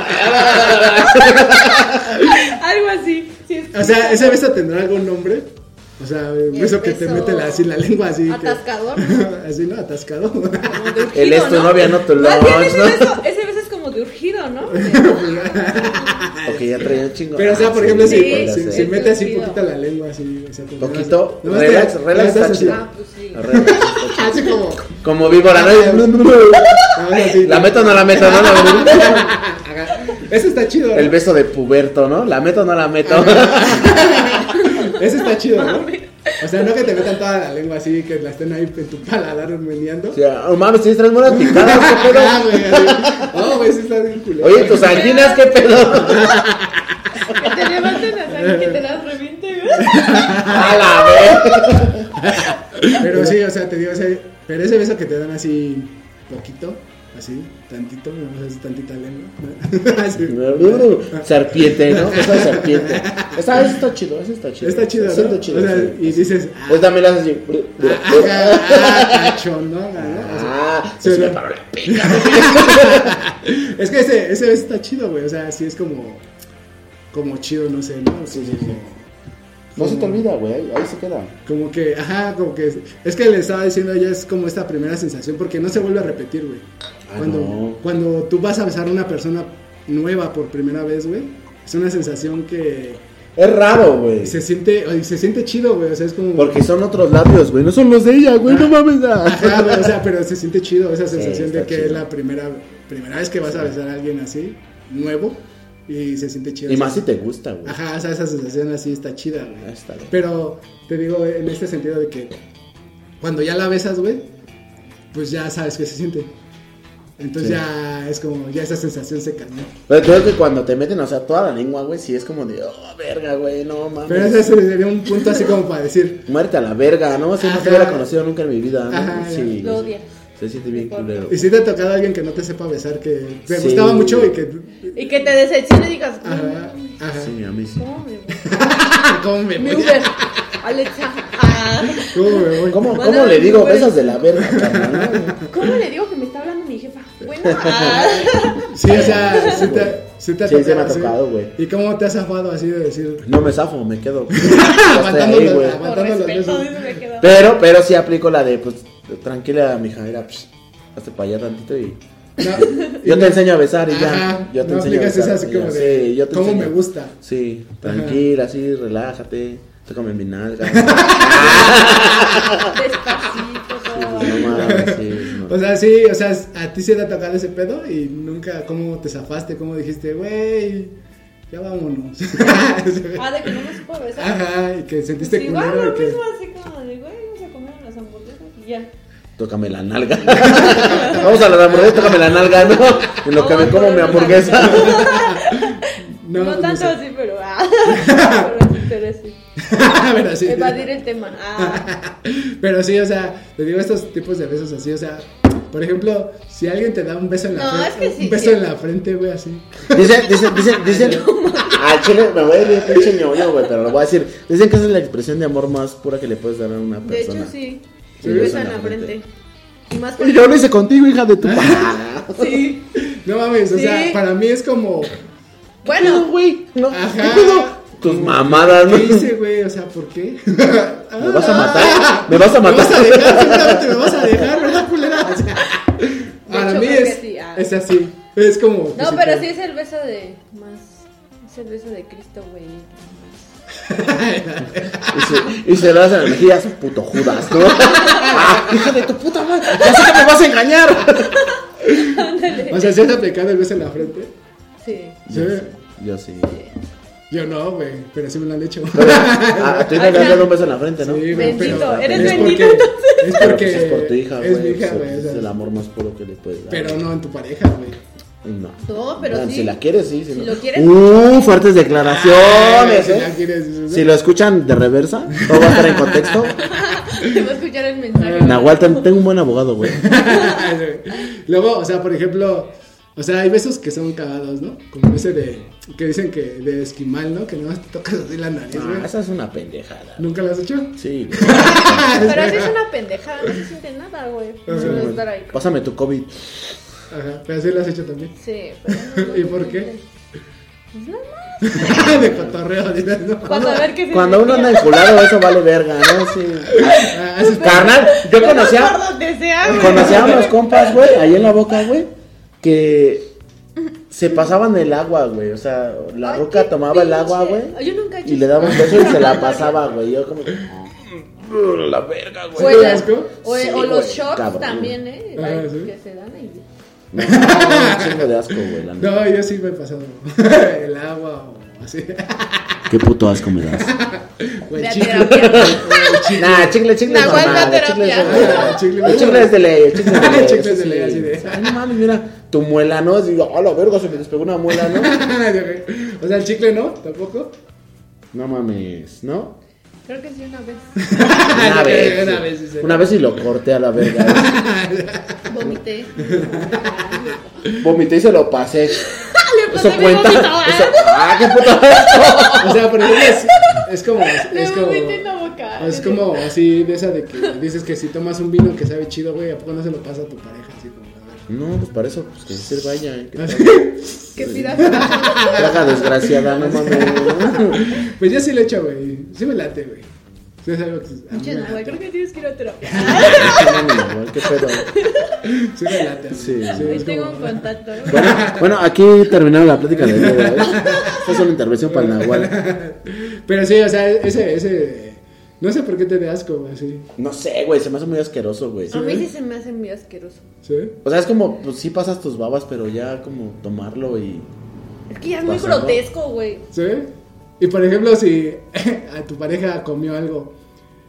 Speaker 2: Algo así. Sí, es-
Speaker 3: O sea, ¿ese beso tendrá algún nombre? O sea, un
Speaker 2: El
Speaker 3: beso que te
Speaker 2: beso
Speaker 3: mete la, así la lengua así. que-
Speaker 2: Atascador.
Speaker 3: así, ¿no? Atascado.
Speaker 2: como de
Speaker 1: Él es
Speaker 2: urgido,
Speaker 1: tu
Speaker 2: ¿no?
Speaker 1: novia, no tu
Speaker 2: Más bien
Speaker 1: lunch,
Speaker 2: ese
Speaker 1: ¿no?
Speaker 2: beso- Ese beso es como de urgido, chido, ¿no?
Speaker 1: Porque ya traía un chingo.
Speaker 3: Pero, o sea, por
Speaker 1: Ah,
Speaker 3: ejemplo,
Speaker 1: sí,
Speaker 3: si,
Speaker 2: sí,
Speaker 1: ya
Speaker 3: si,
Speaker 1: sé.
Speaker 3: si mete así
Speaker 2: Estúpido.
Speaker 3: poquita la lengua, así. O sea, como-
Speaker 1: Poquito,
Speaker 3: Nomás te-
Speaker 1: relax,
Speaker 3: te
Speaker 1: relax,
Speaker 3: haces
Speaker 1: está
Speaker 3: así.
Speaker 1: chido.
Speaker 2: Ah, pues sí.
Speaker 3: Así como.
Speaker 1: Como víbora, ¿no?
Speaker 3: Ahora sí.
Speaker 1: ¿La meto o no la meto? ¿no? La-
Speaker 3: Ese está chido.
Speaker 1: El beso de puberto, ¿no? ¿La meto o no la meto?
Speaker 3: Ese está chido, ¿no? O sea, no que te metan toda la lengua así, que la estén ahí en tu paladar meneando.
Speaker 1: O sea, oh, mames, tienes tres moras picadas, ¿qué pedo?
Speaker 3: Ah, güey, así. Oh, güey, sí está bien culero.
Speaker 1: Oye, tus anginas, ¿qué pedo?
Speaker 2: Que te levanten la sangre, que te las reviente, güey.
Speaker 1: A la vez.
Speaker 3: Pero sí, o sea, te digo, o sea, pero ese beso que te dan así poquito, así, tantito, vamos a hacer tantita lengua. ¿no? Así.
Speaker 1: Serpiente, ¿no? Eso es serpiente. Esa, ese está chido, ese está chido.
Speaker 3: Está chido,
Speaker 1: Ese
Speaker 3: ¿no?
Speaker 1: está chido.
Speaker 3: o sea,
Speaker 1: sí.
Speaker 3: y dices,
Speaker 1: Pues también le haces así.
Speaker 3: ah, cachondona, ¿no? O sea,
Speaker 1: Ah,
Speaker 3: Sí,
Speaker 1: se me
Speaker 3: ¿no?
Speaker 1: paró la p- Ah.
Speaker 3: es que ese, ese beso está chido, güey, o sea, sí es como, como chido, no sé, ¿no?
Speaker 1: Sí, sí,
Speaker 3: Como-
Speaker 1: sí. No se te olvida, güey, ahí, ahí se queda.
Speaker 3: Como que, ajá, como que. Es que le estaba diciendo ella, es como esta primera sensación, porque no se vuelve a repetir, güey.
Speaker 1: Ah,
Speaker 3: Cuando,
Speaker 1: no.
Speaker 3: cuando tú vas a besar a una persona nueva por primera vez, güey, es una sensación que
Speaker 1: Es raro, güey.
Speaker 3: se siente, ay, se siente chido, güey. O sea, es como.
Speaker 1: Porque son otros labios, güey. No son los de ella, güey. No mames. ah.
Speaker 3: Ajá, güey, o sea, pero se siente chido esa
Speaker 1: Sí,
Speaker 3: sensación
Speaker 1: está
Speaker 3: de que
Speaker 1: chido.
Speaker 3: es la primera, primera vez que vas a besar a alguien así, nuevo, y se siente chido.
Speaker 1: Y más si te gusta, güey.
Speaker 3: Ajá, o sea, esa sensación así está chida, güey.
Speaker 1: Ahí Ah, está, güey.
Speaker 3: Pero te digo, en este sentido de que cuando ya la besas, güey, pues ya sabes que se siente. Entonces
Speaker 1: Sí.
Speaker 3: ya es como, ya esa sensación se calmó.
Speaker 1: Pero creo que cuando te meten, o sea, toda la lengua, güey, sí es como de, oh, verga, güey, no mames.
Speaker 3: Pero ese sería un punto así como para decir,
Speaker 1: Muerte a la verga, ¿no? Si no
Speaker 3: Ajá.
Speaker 1: te hubiera conocido nunca en mi vida, ¿no?
Speaker 3: Ajá.
Speaker 1: sí.
Speaker 2: Lo
Speaker 1: güey.
Speaker 2: odia.
Speaker 1: Se siente bien culero.
Speaker 3: ¿y si te ha tocado a alguien que no te sepa besar, que te
Speaker 1: Sí.
Speaker 3: gustaba mucho y que...
Speaker 2: Y que te decepcione y digas, "No,
Speaker 3: Ajá, ajá. Ah,
Speaker 1: Sí, a mí sí.
Speaker 2: ¿cómo me voy?
Speaker 3: ¿Cómo me
Speaker 2: Mi
Speaker 3: voy?
Speaker 2: Uber, Alexa, ah,
Speaker 3: ¿Cómo me voy?
Speaker 1: ¿Cómo,
Speaker 2: Bueno,
Speaker 1: cómo le
Speaker 2: no,
Speaker 1: digo
Speaker 2: güey.
Speaker 1: besas de la verga, carnal? no?
Speaker 2: ¿cómo le digo que me está hablando mi jefa? Bueno, ah,
Speaker 3: Sí, o sea, sí te, sí te ha
Speaker 1: Sí, sí
Speaker 3: tocado.
Speaker 1: me ha
Speaker 3: así.
Speaker 1: tocado, güey.
Speaker 3: ¿Y cómo te has zafado así de decir?
Speaker 1: No me zafo, me quedo. Ya estoy ahí,
Speaker 3: Aguantándolo,
Speaker 1: güey.
Speaker 3: aguantándolo.
Speaker 2: por
Speaker 3: Aguantando los
Speaker 2: respeto,
Speaker 3: besos.
Speaker 2: eso me quedó.
Speaker 1: Pero, pero sí aplico la de, pues, tranquila, mija, mira, pues, hazte para allá tantito y...
Speaker 3: No,
Speaker 1: Yo
Speaker 3: y
Speaker 1: te
Speaker 3: no-
Speaker 1: enseño a besar y
Speaker 3: Ajá,
Speaker 1: ya. Yo te
Speaker 3: no
Speaker 1: enseño a
Speaker 3: aplicas
Speaker 1: besar.
Speaker 3: esa así
Speaker 1: y ya.
Speaker 3: como de,
Speaker 1: Sí, yo te
Speaker 3: ¿cómo
Speaker 1: enseño.
Speaker 3: me gusta?
Speaker 1: Sí,
Speaker 3: Ajá.
Speaker 1: tranquila, así, relájate. Tócame mi nalga.
Speaker 2: Despacito, todo.
Speaker 1: no mames, sí, no.
Speaker 3: O sea, sí, o sea, a ti se te ha tocado ese pedo y nunca, ¿cómo te zafaste? ¿Cómo dijiste, güey? Ya vámonos.
Speaker 2: Ah, de que no me supo besar.
Speaker 3: Ajá, y que
Speaker 2: Pues
Speaker 3: sentiste
Speaker 2: igual
Speaker 3: culero
Speaker 2: lo
Speaker 3: y que-
Speaker 2: mismo, así como de, güey, vamos a comer unas hamburguesas y ya.
Speaker 1: Tócame la nalga. Vamos a la hamburguesa, tócame la nalga, ¿no? En
Speaker 2: Ah,
Speaker 1: lo que me como mi hamburguesa.
Speaker 3: No,
Speaker 2: No,
Speaker 3: pues, no
Speaker 2: tanto
Speaker 3: sé.
Speaker 2: así, pero. Ah, pero, sí, pero sí.
Speaker 3: Pero sí.
Speaker 2: Evadir el tema. Ah,
Speaker 3: Pero sí, o sea, te digo estos tipos de besos así, o sea, por ejemplo, si alguien te da un beso en la
Speaker 2: No,
Speaker 3: frente,
Speaker 2: es que sí,
Speaker 3: un beso
Speaker 2: sí.
Speaker 3: en la frente, güey, así.
Speaker 1: Dicen, dicen, dicen, dicen. Al chile me voy a ir bien pinche ñoño, güey, pero lo voy a decir. Dicen que esa es la expresión de amor más pura que le puedes dar a una
Speaker 2: de
Speaker 1: persona.
Speaker 2: hecho, sí.
Speaker 1: Sí,
Speaker 2: Me
Speaker 1: beso
Speaker 2: besan la frente. Y más
Speaker 1: Y yo lo hice contigo, hija de tu
Speaker 3: Ah.
Speaker 1: papá.
Speaker 2: Sí.
Speaker 3: No mames, o
Speaker 2: Sí.
Speaker 3: sea, para mí es como,
Speaker 1: No,
Speaker 2: Bueno,
Speaker 1: güey. No,
Speaker 3: Ajá.
Speaker 1: ¿qué pedo? Tus mamadas, ¿no?
Speaker 3: ¿qué hice, güey? O sea, ¿por qué?
Speaker 1: ¿Me vas a matar? ¿Me vas
Speaker 3: Me vas
Speaker 1: a
Speaker 3: a
Speaker 1: matar?
Speaker 3: dejar, seguramente me vas a dejar, ¿verdad, culera? O sea, para
Speaker 2: hecho,
Speaker 3: mí
Speaker 2: creo que
Speaker 3: es,
Speaker 2: sí, ah.
Speaker 3: es así. Es como. que
Speaker 2: no,
Speaker 3: se
Speaker 2: pero sí
Speaker 3: te-
Speaker 2: es el beso de. Más. Es el beso de Cristo, güey.
Speaker 1: Y se, y se le das energías, puto Judas, ¿no? Ah, hija de tu puta madre. Ya sé que me vas a engañar.
Speaker 3: O sea, si has aplicado el beso en la frente.
Speaker 2: Sí.
Speaker 3: Sí.
Speaker 1: Yo sí.
Speaker 3: Yo no, güey, pero sí me lo han hecho.
Speaker 1: Ah, a tu hija le has dado un beso en la frente, ¿no?
Speaker 3: Sí, güey,
Speaker 2: Bendito,
Speaker 3: pero-
Speaker 2: eres
Speaker 3: es
Speaker 2: bendito,
Speaker 3: porque- Es
Speaker 1: Pero,
Speaker 3: porque.
Speaker 1: pues, es por tu hija, güey.
Speaker 3: Es mi hija,
Speaker 1: pues,
Speaker 3: güey. o
Speaker 1: Es
Speaker 3: sea,
Speaker 1: el amor más puro que le puedes dar.
Speaker 3: Pero no en tu pareja, güey.
Speaker 1: No.
Speaker 2: No, pero
Speaker 1: Bueno,
Speaker 2: sí.
Speaker 1: Si la quieres, sí.
Speaker 2: Si
Speaker 1: no-
Speaker 2: lo quieres.
Speaker 1: ¡Uh! Fuertes declaraciones,
Speaker 3: Si
Speaker 1: ¿eh?
Speaker 3: la quieres, dices,
Speaker 1: Si lo escuchan de reversa, todo va a estar en contexto.
Speaker 2: Te va a escuchar el mensaje.
Speaker 1: Nahual, ten- tengo un buen abogado, güey.
Speaker 3: Luego, o sea, por ejemplo, o sea, hay besos que son cagados, ¿no? Como ese de, que dicen que de esquimal, ¿no? Que no te tocas así la nariz, güey.
Speaker 1: Ah, esa es una pendejada.
Speaker 3: ¿Nunca lo has hecho?
Speaker 1: Sí. güey.
Speaker 2: Ah, Pero así es una pendejada, no se siente nada, güey. Solo estar ahí.
Speaker 1: Pásame tu COVID.
Speaker 3: Ajá, pero sí lo has hecho también.
Speaker 2: Sí, pero no,
Speaker 3: ¿Y
Speaker 2: no
Speaker 3: por
Speaker 2: se
Speaker 3: qué?
Speaker 2: siente. Pues nada más.
Speaker 3: de cotorreo, dices, no.
Speaker 2: Cuando a ver qué se
Speaker 1: Cuando uno
Speaker 2: desvía.
Speaker 1: anda enculado, eso vale verga, ¿no? Sí.
Speaker 3: Ah, haces-
Speaker 1: Carnal, yo conocía.
Speaker 2: Por donde sea, güey.
Speaker 1: Conocía a unos compas, güey, ahí en la boca, güey, que se pasaban el agua, güey. O sea, la
Speaker 2: Ay,
Speaker 1: roca
Speaker 2: qué
Speaker 1: tomaba el agua,
Speaker 2: pinche.
Speaker 1: güey.
Speaker 2: Yo nunca he hecho
Speaker 1: Y le daba un
Speaker 2: eso.
Speaker 1: beso y se la pasaba, güey. Yo como... La verga,
Speaker 2: O,
Speaker 1: güey.
Speaker 3: ¿Sí te
Speaker 2: el-
Speaker 3: da asco?
Speaker 2: o el-
Speaker 1: Sí,
Speaker 2: o los
Speaker 1: güey,
Speaker 2: shocks
Speaker 1: cabrón.
Speaker 2: también, ¿eh?
Speaker 3: Ajá,
Speaker 2: Ay,
Speaker 3: sí.
Speaker 2: Que se dan ahí.
Speaker 1: No, un chingo de asco, güey. la neta.
Speaker 3: No, yo sí me he pasado el agua o así.
Speaker 1: Qué puto asco me das.
Speaker 3: O el
Speaker 2: Ve a
Speaker 3: chicle.
Speaker 2: terapia.
Speaker 3: O el chicle.
Speaker 1: Nah, chicle, chicle. es
Speaker 2: Nahual va
Speaker 1: mamada,
Speaker 2: a
Speaker 1: chicle es
Speaker 2: terapia.
Speaker 1: mamada.
Speaker 3: Ah, chicle.
Speaker 1: El chicle es de ley, el chicle es de ley.
Speaker 3: El chicle es de
Speaker 1: sí.
Speaker 3: ley, así de-
Speaker 1: Ay, no mames, mira, tu muela, ¿no? Así, a la verga, se me despegó una muela, ¿no?
Speaker 3: O sea, el chicle no, tampoco.
Speaker 1: No mames, ¿no?
Speaker 2: Creo que sí una vez.
Speaker 1: Una
Speaker 3: Yo creo
Speaker 1: vez.
Speaker 3: que una vez, sí, sí.
Speaker 1: Una vez y lo corté a la verga.
Speaker 2: Vomité.
Speaker 1: Vomité y se lo pasé. Pues Eso
Speaker 2: pasé mi
Speaker 1: cuenta.
Speaker 2: vómito, ¿eh?
Speaker 1: Eso... Ah, qué puto asco.
Speaker 3: O sea, pero es, es como.
Speaker 2: Le
Speaker 3: Es como,
Speaker 2: vomité en la boca.
Speaker 3: es como así de esa de que dices que si tomas un vino que sabe chido, güey, ¿a poco no se lo pasa a tu pareja? Así como, a ver.
Speaker 1: No, pues para eso, pues que se sirva ella, ¿eh? Que
Speaker 2: Que pidas mucho.
Speaker 1: traga desgraciada, no mames.
Speaker 3: Pues yo sí lo he hecho, güey. Sí me late, güey. Sí es algo que. a mí
Speaker 2: Pinche
Speaker 3: me
Speaker 2: Nahual,
Speaker 3: late.
Speaker 2: Creo que tienes que ir a terapia.
Speaker 1: Igual, qué pedo.
Speaker 3: Sí me late. güey.
Speaker 1: Sí.
Speaker 3: es
Speaker 2: Ahí tengo
Speaker 3: como-
Speaker 2: un contacto.
Speaker 1: Bueno, bueno, aquí terminamos la plática de hoy. ¿eh? Esta es una intervención para el Nahual.
Speaker 3: Pero sí, o sea, ese, ese. No sé por qué te da asco, güey, así.
Speaker 1: No sé, güey, se me hace muy asqueroso, güey.
Speaker 2: A mí sí se me hace muy asqueroso.
Speaker 3: ¿Sí?
Speaker 1: O sea, es como, pues sí pasas tus babas, pero ya como tomarlo y.
Speaker 2: Es que ya es muy
Speaker 1: Pasando.
Speaker 2: grotesco, güey.
Speaker 3: ¿Sí? Y por ejemplo, si a tu pareja comió algo.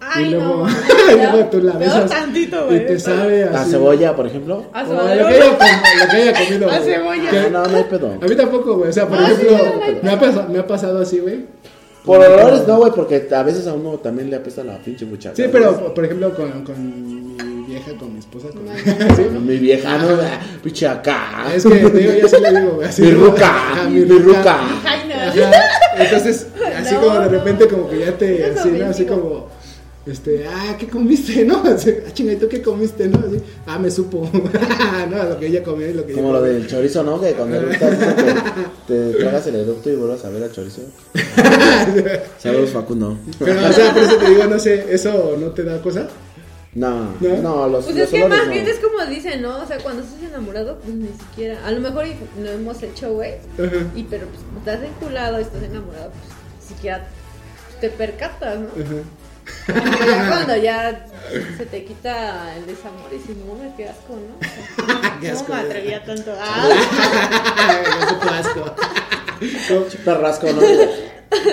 Speaker 2: Ay,
Speaker 3: y luego,
Speaker 2: no.
Speaker 3: y luego tú la
Speaker 2: Peor
Speaker 3: besas.
Speaker 2: tantito,
Speaker 3: Y
Speaker 2: güey.
Speaker 3: te sabe así.
Speaker 1: La cebolla, por ejemplo.
Speaker 2: A
Speaker 3: O
Speaker 2: su
Speaker 3: lo, que haya, com- lo que haya comido.
Speaker 2: A
Speaker 3: güey.
Speaker 2: cebolla.
Speaker 3: Que-
Speaker 1: No, no, no hay pedo.
Speaker 3: A mí tampoco, güey. O sea, por
Speaker 2: No, sí,
Speaker 3: ejemplo,
Speaker 2: no, no hay
Speaker 3: me, ha pasado, me ha pasado así, güey.
Speaker 1: Por olores no, güey, porque a veces a uno también le apesta la pinche muchacha.
Speaker 3: Sí, pero por ejemplo, con, con mi vieja, con mi esposa. Con... Sí,
Speaker 1: Mi vieja, no, Ah, pinche acá.
Speaker 3: Es que te digo, yo sí le Ah, digo, güey. así,
Speaker 1: Mi
Speaker 3: ¿no?
Speaker 1: ruca,
Speaker 3: Ajá,
Speaker 1: mi ruca.
Speaker 2: Ay, no.
Speaker 3: Ajá. Entonces, así
Speaker 2: No.
Speaker 3: como de repente, como que ya te,
Speaker 2: Eso
Speaker 3: así, ¿no? Así
Speaker 2: bendigo.
Speaker 3: como, este, ah, ¿qué comiste, no? Así, ah, chinga, ¿y tú qué comiste, no? Así, ah, me supo. no, lo que ella comió y lo que yo
Speaker 1: Como lo
Speaker 3: comí.
Speaker 1: del chorizo, ¿no? Que cuando estás, te, te tragas el eructo y vuelvas a ver al chorizo. Saludos, Facundo.
Speaker 3: Pero, o sea, por eso te digo, no sé, ¿eso no te da cosa?
Speaker 1: No,
Speaker 3: ¿No?
Speaker 1: no, los,
Speaker 2: Pues
Speaker 1: los
Speaker 2: es que
Speaker 1: olores
Speaker 2: más
Speaker 1: no.
Speaker 2: bien es como dicen, ¿no? O sea, cuando estás enamorado, pues ni siquiera. A lo mejor y no hemos hecho, güey.
Speaker 3: Ajá.
Speaker 2: Y pero pues como estás enculado y estás enamorado, pues ni siquiera te percatas, ¿no?
Speaker 3: Ajá.
Speaker 2: Pero ya cuando ya se te quita el desamor y dices, no, me qué asco, ¿no? O sea,
Speaker 3: Qué asco,
Speaker 2: no me
Speaker 3: güey.
Speaker 2: atrevía tanto. Ah,
Speaker 3: Ay, no supo asco. Como,
Speaker 1: Perrasco, ¿no?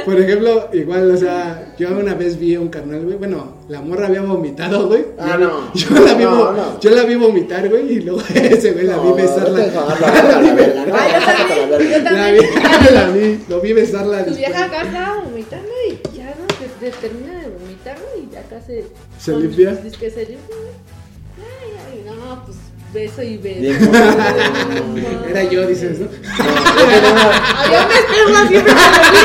Speaker 3: Por ejemplo, igual, o sea, yo una vez vi a un carnal, güey. Bueno, la morra había vomitado, güey.
Speaker 1: Ah, no.
Speaker 3: Yo la vi,
Speaker 1: No,
Speaker 3: vo-
Speaker 1: no.
Speaker 3: yo la vi vomitar, güey, y luego ese güey la
Speaker 1: No,
Speaker 3: vi
Speaker 1: vete a
Speaker 3: besarla.
Speaker 1: jalarla a la verga, no,
Speaker 2: Ay, yo
Speaker 1: sácate a la verga.
Speaker 2: también. Yo
Speaker 3: La vi,
Speaker 2: también.
Speaker 3: la vi, lo vi besarla.
Speaker 2: Tu
Speaker 3: después.
Speaker 2: vieja acá estaba vomitando y ya no, se, se termina de vomitar güey, y acá se.
Speaker 3: ¿Se
Speaker 2: con-
Speaker 3: limpia?
Speaker 2: Dice que se limpia. güey. Ay, ay, no, pues beso y beso.
Speaker 1: Bien,
Speaker 3: Era yo, dices, ¿no?
Speaker 2: Ay, yo me espero así.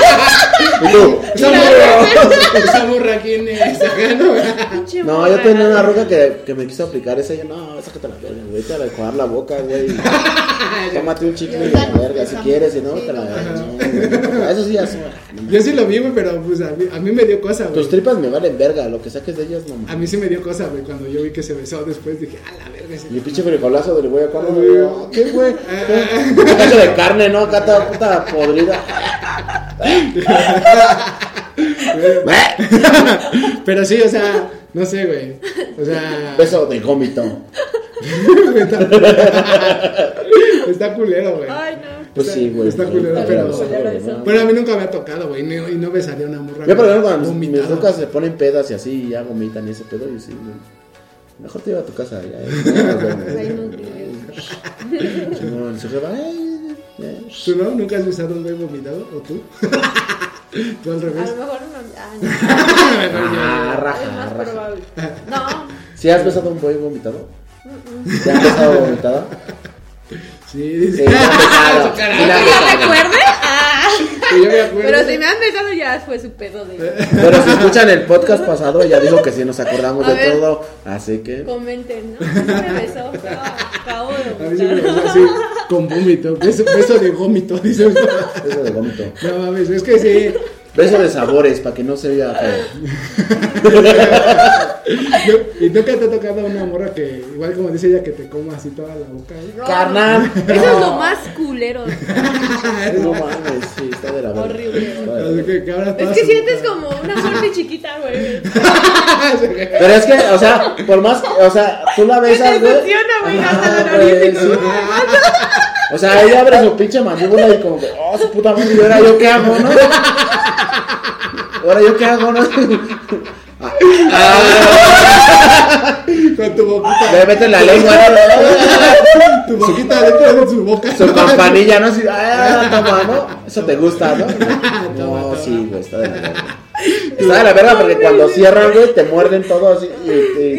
Speaker 1: Y tú,
Speaker 3: Esa morra, esa morra quién es acá, ¿no?
Speaker 2: pinche
Speaker 1: No,
Speaker 2: morra.
Speaker 1: yo tenía una roca que, que me quiso aplicar esa. Yo, no, sácate la verga, güey. Te va a jugar la boca, güey. Tómate un chicle y la verga si quieres, si no, te la verga. Eso sí, así.
Speaker 3: Yo sí lo vi, güey, pero pues a mí, a mí me dio cosa, güey.
Speaker 1: Tus tripas me valen verga. Lo que saques de ellas, no
Speaker 3: A
Speaker 1: mames.
Speaker 3: mí sí me dio cosa, güey, cuando yo vi que se besó después dije, a la verga. ese
Speaker 1: Y el pinche frijolazo del güey acá, no, no, ¿qué güey?
Speaker 3: Ah,
Speaker 1: Un cacho de carne, ¿no? Acá toda puta podrida.
Speaker 3: Pero sí, o sea, no sé, güey. O sea,
Speaker 1: Beso de gómito.
Speaker 3: está culero, güey.
Speaker 2: Ay, no.
Speaker 1: Pues sí, güey.
Speaker 3: Está culero, pero-
Speaker 1: Bueno,
Speaker 3: Bueno, a mí nunca me ha tocado, güey, ni- y no besaría a una morra.
Speaker 1: Yo, por ejemplo, cuando mis- mis
Speaker 3: vomitada.
Speaker 1: rucas se ponen pedas y así, y ya vomitan y ese pedo, y sí, no. mejor te iba a tu casa. Ya, eh. ya,
Speaker 2: Ay, no, Dios.
Speaker 1: No, el sujeto, "Ay, eh, ya".
Speaker 3: ¿Tú no? ¿Nunca has besado a un güey vomitado? ¿O tú? ¿Tú al
Speaker 2: A
Speaker 3: revés?
Speaker 2: lo mejor no. Ay, no.
Speaker 1: Ah,
Speaker 2: Es más
Speaker 1: raja, raja.
Speaker 2: probable. No.
Speaker 1: ¿Sí has besado a un güey vomitado? ¿Te has besado vomitada?
Speaker 3: Sí, dice.
Speaker 1: Sí, la has besado. Sí, la
Speaker 2: ¿Ya
Speaker 1: has besado.
Speaker 2: recuerde? Ah.
Speaker 3: que yo me acuerdo.
Speaker 2: Pero si me han besado ya fue su pedo de.
Speaker 1: Pero si escuchan el podcast pasado, ella dijo que sí nos acordamos
Speaker 2: A
Speaker 1: de
Speaker 2: ver.
Speaker 1: todo. Así que.
Speaker 2: Comenten, ¿no? Sí Me besó. Ah, Acabo de
Speaker 3: A mí sí me
Speaker 2: vomitar.
Speaker 3: besó así, con vómito. Beso, beso de gómito, dice.
Speaker 1: Eso de vómito.
Speaker 3: No mames, es que sí.
Speaker 1: Beso de sabores para que no se vea feo.
Speaker 3: Yo- y nunca te ha tocado una morra que, igual como dice ella, que te coma así toda la boca. güey?
Speaker 1: Carnal.
Speaker 2: Eso es lo más culero.
Speaker 1: No mames, sí, está de la verga.
Speaker 2: Horrible.
Speaker 1: Está de la
Speaker 3: Así
Speaker 1: verga.
Speaker 3: que, que ahora
Speaker 2: Es
Speaker 3: todas
Speaker 2: que
Speaker 3: sus-
Speaker 2: sientes como una muerte chiquita, güey.
Speaker 1: Pero es que, o sea, por más que, o sea, tú la
Speaker 2: Que te
Speaker 1: besas, güey.
Speaker 2: funciona, güey, hasta la
Speaker 1: Ah, güey,
Speaker 2: nariz. y
Speaker 1: sí.
Speaker 2: todo.
Speaker 1: O sea, ella abre su pinche mandíbula y como que, oh, su puta madre, ¿y ahora yo qué hago, no? Ahora yo qué hago, no?
Speaker 3: Con tu boquita.
Speaker 1: Le meten la lengua, ¿no?
Speaker 3: Tu boquita dentro de su boca.
Speaker 1: Su campanilla, ¿no? Así, ah, toma, ¿no? Eso te gusta, ¿no? No, sí, güey, está de la verga. Está de la verga porque cuando cierran, güey, te muerden todo así y, y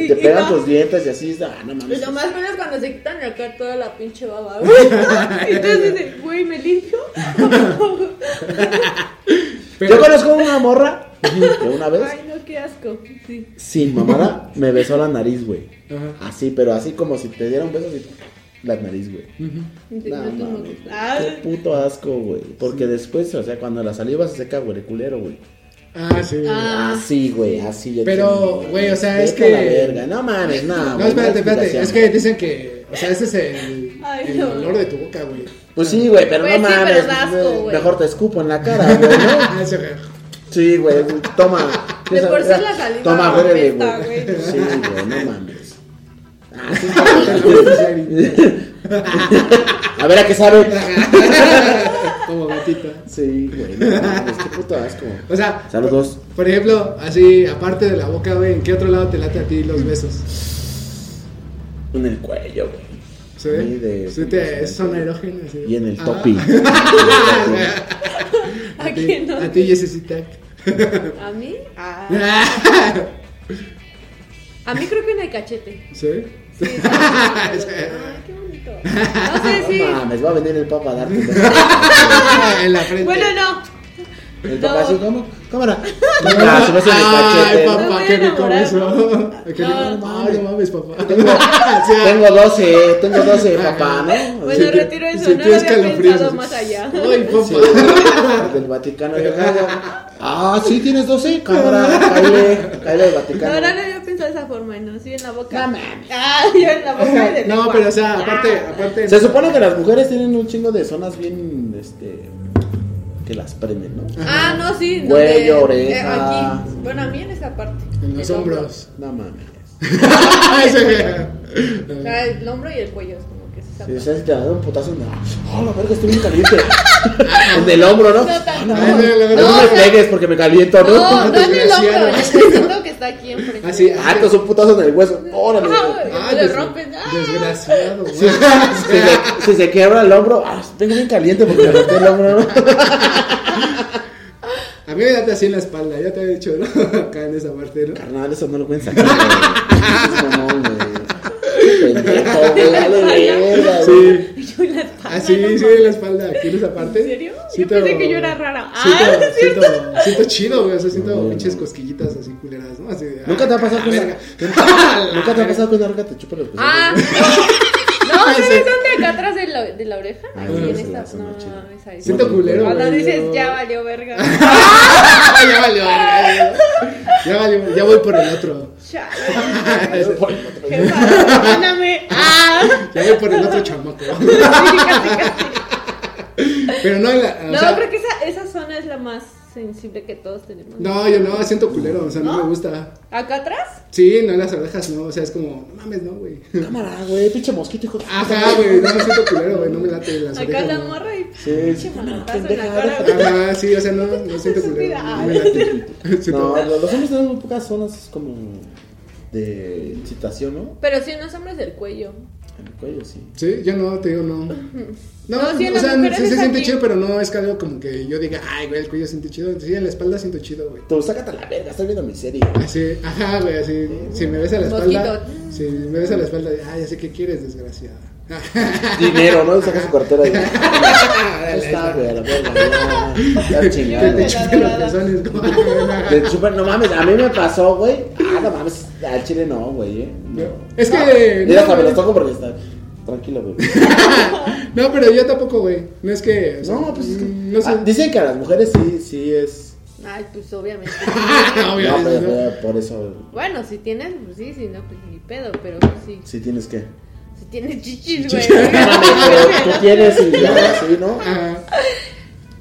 Speaker 2: Y-
Speaker 1: te
Speaker 2: y
Speaker 1: pegan
Speaker 2: no.
Speaker 1: tus dientes y así, ah, no mames.
Speaker 2: Lo más bueno es cuando se quitan acá toda la pinche baba, güey. Y entonces dices, güey, ¿me limpio?
Speaker 1: Yo conozco una morra que una vez
Speaker 2: Ay, no, qué asco. Sí.
Speaker 1: Sin mamada, me besó la nariz, güey.
Speaker 3: Ajá.
Speaker 1: Así, pero así como si te diera un beso así. La nariz, güey.
Speaker 2: No,
Speaker 1: No,
Speaker 2: no, no.
Speaker 1: mames, güey.
Speaker 2: Ah,
Speaker 1: Qué puto asco, güey. Porque después, o sea, cuando la saliva se seca, güey, de culero, güey.
Speaker 3: Ah, sí.
Speaker 2: Ah.
Speaker 1: Así, güey, así. yo
Speaker 3: Pero,
Speaker 1: dije, no,
Speaker 3: güey, o sea,
Speaker 1: vete
Speaker 3: es
Speaker 1: a
Speaker 3: que-
Speaker 1: la verga. No mames, no.
Speaker 3: No,
Speaker 1: güey,
Speaker 3: espérate, espérate.
Speaker 1: explicación.
Speaker 3: Es que dicen que, o sea, ese es el,
Speaker 2: Ay,
Speaker 3: el
Speaker 2: no.
Speaker 3: olor de tu boca, güey.
Speaker 1: Pues sí, güey, pero
Speaker 2: Pues
Speaker 1: no
Speaker 2: sí, pero
Speaker 1: mames.
Speaker 2: da asco,
Speaker 1: güey.
Speaker 2: güey.
Speaker 1: mejor te escupo en la cara, güey, ¿no?
Speaker 3: Ah, ese, güey.
Speaker 1: Sí, güey, toma.
Speaker 2: De por sí la saliva
Speaker 1: Toma, huélele,
Speaker 2: apesta,
Speaker 1: güey.
Speaker 2: güey.
Speaker 1: Sí, güey, no mames. Ah, sí, A ver a qué sabe.
Speaker 3: Como gatito.
Speaker 1: Sí, güey, no mames, qué puto asco.
Speaker 3: O sea,
Speaker 1: Saludos.
Speaker 3: por ejemplo, así, aparte de la boca, güey, ¿en qué otro lado te late a ti los besos?
Speaker 1: En el cuello, güey.
Speaker 3: ¿Sí?
Speaker 1: Sí, de-
Speaker 3: ¿Sí te son erógenos? sí?
Speaker 1: Y en el
Speaker 3: Ah.
Speaker 1: topi.
Speaker 2: ¿A
Speaker 3: ti-
Speaker 2: quién no?
Speaker 3: A ti, Jessicita.
Speaker 2: ¿A mí? Ah. A mí creo que en el cachete.
Speaker 3: ¿Sí?
Speaker 2: Sí, sí. Ay, qué bonito. No sé si.
Speaker 1: No mames, va a venir el papá a darte. un beso.
Speaker 3: en la frente.
Speaker 2: Bueno, no.
Speaker 1: El papá así, ¿cómo? Cámara.
Speaker 3: Ah,
Speaker 1: No, se beso en
Speaker 3: Ay,
Speaker 1: el cachete.
Speaker 2: No
Speaker 3: papá,
Speaker 2: voy
Speaker 3: qué
Speaker 2: a
Speaker 3: rico
Speaker 2: enamorar,
Speaker 3: eso. Qué rico.
Speaker 2: No.
Speaker 3: Ay, no mames, papá. Sí,
Speaker 1: Tengo 12, tengo 12, papá, ¿no?
Speaker 2: Bueno,
Speaker 3: Sí,
Speaker 2: retiro eso.
Speaker 3: sí,
Speaker 2: no
Speaker 3: tú
Speaker 2: lo había
Speaker 3: escalofríos.
Speaker 2: pensado más allá.
Speaker 3: Ay, papá.
Speaker 1: Sí, güey, del Vaticano. yo, ah, Ah, sí, tienes 12, cámara. Cállate, cállate del
Speaker 2: No,
Speaker 1: Vaticano.
Speaker 2: no lo había pensado de esa forma. No, sí, en la boca. Ah, yo en la boca. y de
Speaker 3: No,
Speaker 2: lengua.
Speaker 3: pero o sea, aparte, aparte.
Speaker 1: Se supone que las mujeres tienen un chingo de zonas bien, este, que las prenden, ¿no?
Speaker 2: Ah, no, sí. donde-
Speaker 1: Cuello, oreja.
Speaker 2: aquí. Bueno, a mí en esa parte.
Speaker 3: En los
Speaker 2: El hombro.
Speaker 3: hombros.
Speaker 1: No mames.
Speaker 2: O sea, Ah, el hombro y el cuello es como que se
Speaker 1: Si
Speaker 2: sabe.
Speaker 1: dices, te dan un putazo, no. Oh, la verga, estoy bien caliente. en el hombro, ¿no?
Speaker 2: No tanto.
Speaker 1: Ah, no,
Speaker 3: No,
Speaker 1: no
Speaker 2: o
Speaker 1: me
Speaker 2: sea-
Speaker 1: pegues porque me caliento, ¿no?
Speaker 2: No, no en el hombro,
Speaker 3: Desgraciado.
Speaker 2: en el pechito que está aquí enfrente.
Speaker 3: Así,
Speaker 1: Ah, entonces un putazo en el hueso. Órale.
Speaker 2: Ajá,
Speaker 1: güey.
Speaker 2: Ah, güey. Te lo rompes. Ah.
Speaker 3: Desgraciado, güey.
Speaker 1: Si se, si se quebra el hombro, ah, tengo bien caliente porque me rompí el hombro, ¿no?
Speaker 3: A mí me date así en la espalda, ya te había dicho, ¿no? Acá en esa parte, ¿no?
Speaker 1: Carnal, eso no lo pueden sacar. güey. Es mamón, güey. Pendejo, güey. Dale verga, güey.
Speaker 3: Sí.
Speaker 2: Yo en la espalda. Ah, no
Speaker 3: Así, Ah, sí,
Speaker 2: mames.
Speaker 3: en la espalda, aquí en esa parte.
Speaker 2: ¿En serio? Yo pensé que yo era rara. Ah,
Speaker 3: Siento,
Speaker 2: ¿no es
Speaker 3: siento, siento chido, güey. O sea, siento pinches cosquillitas así culeras, ¿no? Así de, ah,
Speaker 1: Nunca te ha pasado que
Speaker 3: verga. Ah,
Speaker 1: una- Nunca te ha pasado que una roca te chupa los pezones.
Speaker 2: Ah, no, ¿sabes dónde? Acá atrás de la, de la oreja.
Speaker 1: Ah,
Speaker 2: Aquí
Speaker 1: no,
Speaker 2: en
Speaker 1: se la
Speaker 2: esta.
Speaker 1: zona
Speaker 2: No, no,
Speaker 1: chida.
Speaker 2: no, es ahí.
Speaker 3: Siento culero, güey.
Speaker 2: Cuando
Speaker 3: yo-
Speaker 2: dices, ya valió verga.
Speaker 3: Ah, ya valió, verga, ya. Ya valió, ya voy por el otro.
Speaker 2: Chale, jefa, perdóname. Ah,
Speaker 3: Ya voy por el otro chamaco.
Speaker 2: sí, casi, casi.
Speaker 3: Pero no, en la, o
Speaker 2: No,
Speaker 3: sea,
Speaker 2: creo que esa, esa zona es la más sensible que todos tenemos.
Speaker 3: no, yo no, siento culero, o sea, no,
Speaker 2: ¿No?
Speaker 3: me gusta.
Speaker 2: ¿Acá atrás?
Speaker 3: Sí, no en las orejas, no, o sea, es como, no mames, no, güey.
Speaker 1: Cámara, güey, pinche mosquito, hijo de
Speaker 3: Ajá, güey, no me siento culero, güey, no me late las
Speaker 2: Acá
Speaker 3: orejas.
Speaker 2: la
Speaker 3: no.
Speaker 2: morra y
Speaker 1: Sí.
Speaker 2: pinche manotazo en la cara. güey.
Speaker 3: Ajá, sí, o sea, no, no siento culero, no me late. Siento-
Speaker 1: No, lo- los hombres tenemos muy pocas zonas como de excitación, ¿no?
Speaker 2: Pero sí, no hombres del cuello.
Speaker 1: En el cuello, sí.
Speaker 3: Sí, yo no, te digo no. No,
Speaker 2: No, sí, en
Speaker 3: o
Speaker 2: las
Speaker 3: sea,
Speaker 2: mujeres
Speaker 3: sí se
Speaker 2: es
Speaker 3: siente
Speaker 2: aquí.
Speaker 3: chido, pero no es que algo como que yo diga, ay, güey, el cuello siente chido. Sí, en la espalda siento chido, güey.
Speaker 1: Tú, sácate a la verga, estoy viendo mi serie.
Speaker 3: Así, ajá, güey, así, si me ves a la espalda,
Speaker 2: Mosquito.
Speaker 3: si me ves a la espalda, ay, ya sé qué quieres, desgraciada.
Speaker 1: Dinero, ¿no? Saca su cartera y... Ahí está, güey, a la verga, ya. Está
Speaker 2: Ah,
Speaker 3: Que
Speaker 1: chingado.
Speaker 3: te chupen los pezones, güey.
Speaker 1: Te chupan- no mames, a mí me pasó, güey. Ah, no mames, al chile no, güey, eh. No.
Speaker 3: Es que,
Speaker 1: Mira, hasta
Speaker 3: no,
Speaker 1: me los
Speaker 3: güey.
Speaker 1: toco porque está... Tranquilo, güey.
Speaker 3: No, pero yo tampoco, güey. No es que. o sea, mm,
Speaker 1: No, pues es que...
Speaker 3: No sé.
Speaker 1: Ah, dicen que a las mujeres sí, sí es...
Speaker 2: Ay, pues obviamente.
Speaker 1: Ah, No,
Speaker 3: Obviamente,
Speaker 1: pero
Speaker 3: Ah, ¿no?
Speaker 1: fue por eso.
Speaker 2: bueno, si tienes, pues sí, si no, pues ni pedo, pero pues, sí.
Speaker 1: Si tienes que.
Speaker 2: Si tienes chichis, güey. Pues
Speaker 1: Tú tienes y ya, sí, ¿no?
Speaker 3: Ajá.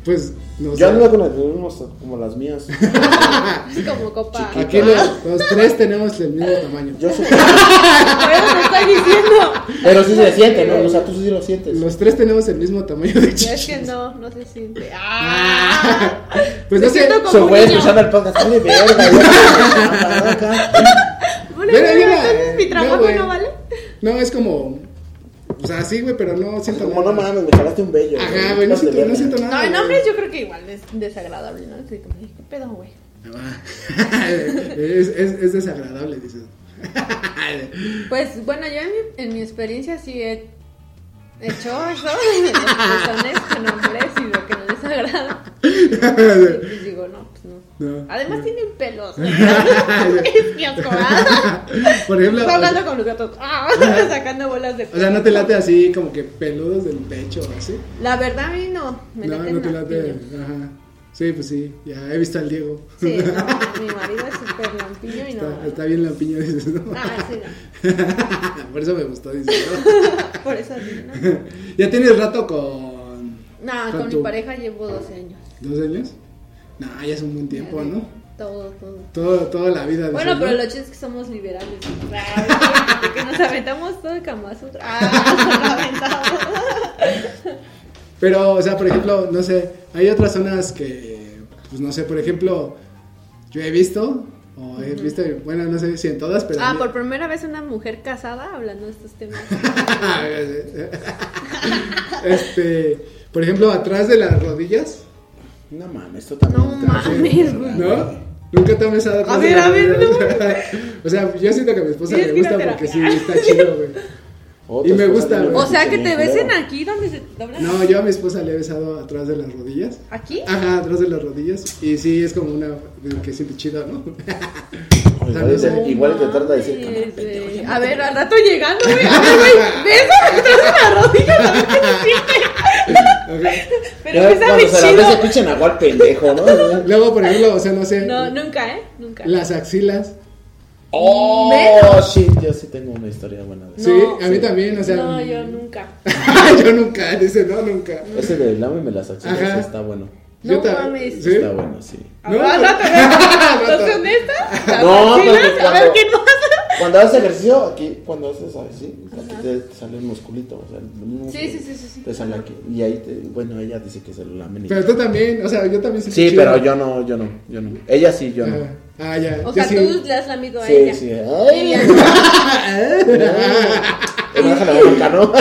Speaker 3: Pues, no
Speaker 1: Yo
Speaker 3: sé.
Speaker 1: ando con las mismas, como las mías.
Speaker 2: Así Pues como copa. ¿Qué
Speaker 3: Aquí los, los tres tenemos el mismo tamaño.
Speaker 1: Yo soy-
Speaker 2: me estás diciendo?
Speaker 1: Pero sí se siente, ¿no? O sea, tú sí lo sientes.
Speaker 3: Los tres tenemos el mismo tamaño de
Speaker 2: Ya es que
Speaker 3: chichis.
Speaker 2: no, no se siente.
Speaker 3: Ah.
Speaker 2: ¡Ah!
Speaker 3: Pues no sé.
Speaker 2: siento como-
Speaker 1: Se fue
Speaker 2: niño.
Speaker 1: escuchando el podcast. ¡Dale, verga! ya, acá.
Speaker 2: Bueno,
Speaker 3: Mira,
Speaker 2: pero
Speaker 3: mira,
Speaker 2: entonces mi
Speaker 3: no,
Speaker 2: trabajo
Speaker 3: güey.
Speaker 2: no, vale.
Speaker 3: No, es como. O sea, sí, güey, pero no siento
Speaker 1: Como no
Speaker 3: nada.
Speaker 1: mames, me jalaste un bello.
Speaker 3: Ajá, güey, no siento, no siento
Speaker 2: No,
Speaker 3: nada.
Speaker 2: en
Speaker 3: güey.
Speaker 2: hombres yo creo que igual es desagradable, ¿no? Así como, ¿qué pedo, güey?
Speaker 3: Ah, es, es, es desagradable, dices.
Speaker 2: Pues bueno, yo en mi, en mi experiencia sí he hecho eso de los pezones con hombres y lo que no les agrada. Y pues digo, no, pues no.
Speaker 3: No.
Speaker 2: Además tienen pelos. güey. es que asco. ah.
Speaker 3: Por ejemplo,
Speaker 2: Está
Speaker 3: o
Speaker 2: hablando
Speaker 3: sea,
Speaker 2: con los gatos. ah, sacando bolas de
Speaker 3: o sea, no te late así como que peludos del pecho o así.
Speaker 2: La verdad a mí no. Me
Speaker 3: No,
Speaker 2: laten
Speaker 3: no te
Speaker 2: las
Speaker 3: late.
Speaker 2: piñas.
Speaker 3: Ajá. Sí, pues sí, ya he visto al Diego.
Speaker 2: Sí, no, mi marido es súper lampiño y no.
Speaker 3: Está, está bien lampiño, dices, ¿no?
Speaker 2: Ah, sí, no.
Speaker 3: Por eso me gustó, dices, ¿no?
Speaker 2: Por eso sí, no.
Speaker 3: ¿Ya tienes rato con
Speaker 2: No,
Speaker 3: Con
Speaker 2: con
Speaker 3: tu-
Speaker 2: mi pareja llevo 12 años.
Speaker 3: dos años? No, ya es un buen tiempo, ¿no?
Speaker 2: Todo, todo.
Speaker 3: Todo, toda la vida.
Speaker 2: Bueno,
Speaker 3: dices,
Speaker 2: pero
Speaker 3: ¿no?
Speaker 2: lo chido es que somos liberales. Ah, Que nos aventamos todo el Kama Sutra. Ah, nos lo aventamos.
Speaker 3: Pero, o sea, por ejemplo, no sé, hay otras zonas que, pues no sé, por ejemplo, yo he visto, o he visto, bueno, no sé si en todas, pero...
Speaker 2: Ah, por primera vez una mujer casada hablando de estos temas.
Speaker 3: este, por ejemplo, atrás de las rodillas,
Speaker 1: No mames, esto también.
Speaker 2: No mames, güey.
Speaker 3: ¿no? Nunca te han besado atrás
Speaker 2: A
Speaker 3: de
Speaker 2: ver,
Speaker 3: las
Speaker 2: a ver,
Speaker 3: rodillas? o sea, yo siento que a mi esposa
Speaker 2: Tienes
Speaker 3: le
Speaker 2: que ir a
Speaker 3: gusta porque sí, está chido, güey.
Speaker 1: Otra
Speaker 3: Y me
Speaker 1: cosa
Speaker 3: gusta,
Speaker 1: bien
Speaker 3: güey.
Speaker 2: O sea, que te
Speaker 1: bien
Speaker 2: besen
Speaker 1: culera.
Speaker 2: aquí donde se doblan.
Speaker 3: No, yo a mi esposa le he besado atrás de las rodillas.
Speaker 2: ¿Aquí?
Speaker 3: Ajá, atrás de las rodillas. Y sí, es como una que siente chida, ¿no?
Speaker 1: Igual y
Speaker 3: No
Speaker 1: te- Igual y te trata de decir.
Speaker 2: Mames, güey.
Speaker 1: "Cámara, pendejo, ya
Speaker 2: A ver, al rato llegando, güey. A ver, güey. Bésame atrás de la rodilla. a ver qué se siente. Pero
Speaker 1: Ya
Speaker 2: bésame
Speaker 1: cuando se la pues, besa,
Speaker 2: chido.
Speaker 1: pinche nahual pendejo, ¿no?
Speaker 3: Luego, por ejemplo, o sea, no sé.
Speaker 2: No, nunca, ¿eh? Nunca.
Speaker 3: Las axilas.
Speaker 1: Oh,
Speaker 2: Menos.
Speaker 1: shit, yo sí tengo una historia buena de eso.
Speaker 3: Sí, a mí también, o sea. mm,
Speaker 2: No, yo nunca.
Speaker 3: yo nunca, dice, no, nunca.
Speaker 1: Ese de lámeme las axilas
Speaker 3: Ajá.
Speaker 1: está bueno.
Speaker 2: No
Speaker 3: Yo ta-
Speaker 2: mames.
Speaker 3: ¿Sí?
Speaker 1: Está bueno, sí.
Speaker 3: No,
Speaker 2: No, no,
Speaker 3: no.
Speaker 2: no, ¿Estás honesta? ¿Las
Speaker 1: No,
Speaker 2: axilas?
Speaker 1: porque
Speaker 2: A ver
Speaker 1: cuando-
Speaker 2: qué pasa.
Speaker 1: Cuando haces ejercicio, aquí, cuando haces así, aquí te, te sale el musculito. O sea, el músculo
Speaker 2: Sí, sí, sí, sí, sí.
Speaker 1: Te sale aquí. Y ahí, te, bueno, ella dice que se lo lamen. y-
Speaker 3: Pero tú también, o sea, yo también siento
Speaker 1: Sí,
Speaker 3: chido.
Speaker 1: pero yo no, yo no, yo no. Ella sí, yo no.
Speaker 3: Ah, ah, ya.
Speaker 2: O
Speaker 3: yo
Speaker 2: sea,
Speaker 3: sí.
Speaker 2: tú le has lamido a
Speaker 1: Sí,
Speaker 2: ella.
Speaker 1: sí.
Speaker 2: Y
Speaker 1: Ay,
Speaker 2: ella-
Speaker 1: Te baja la boca, ¿no?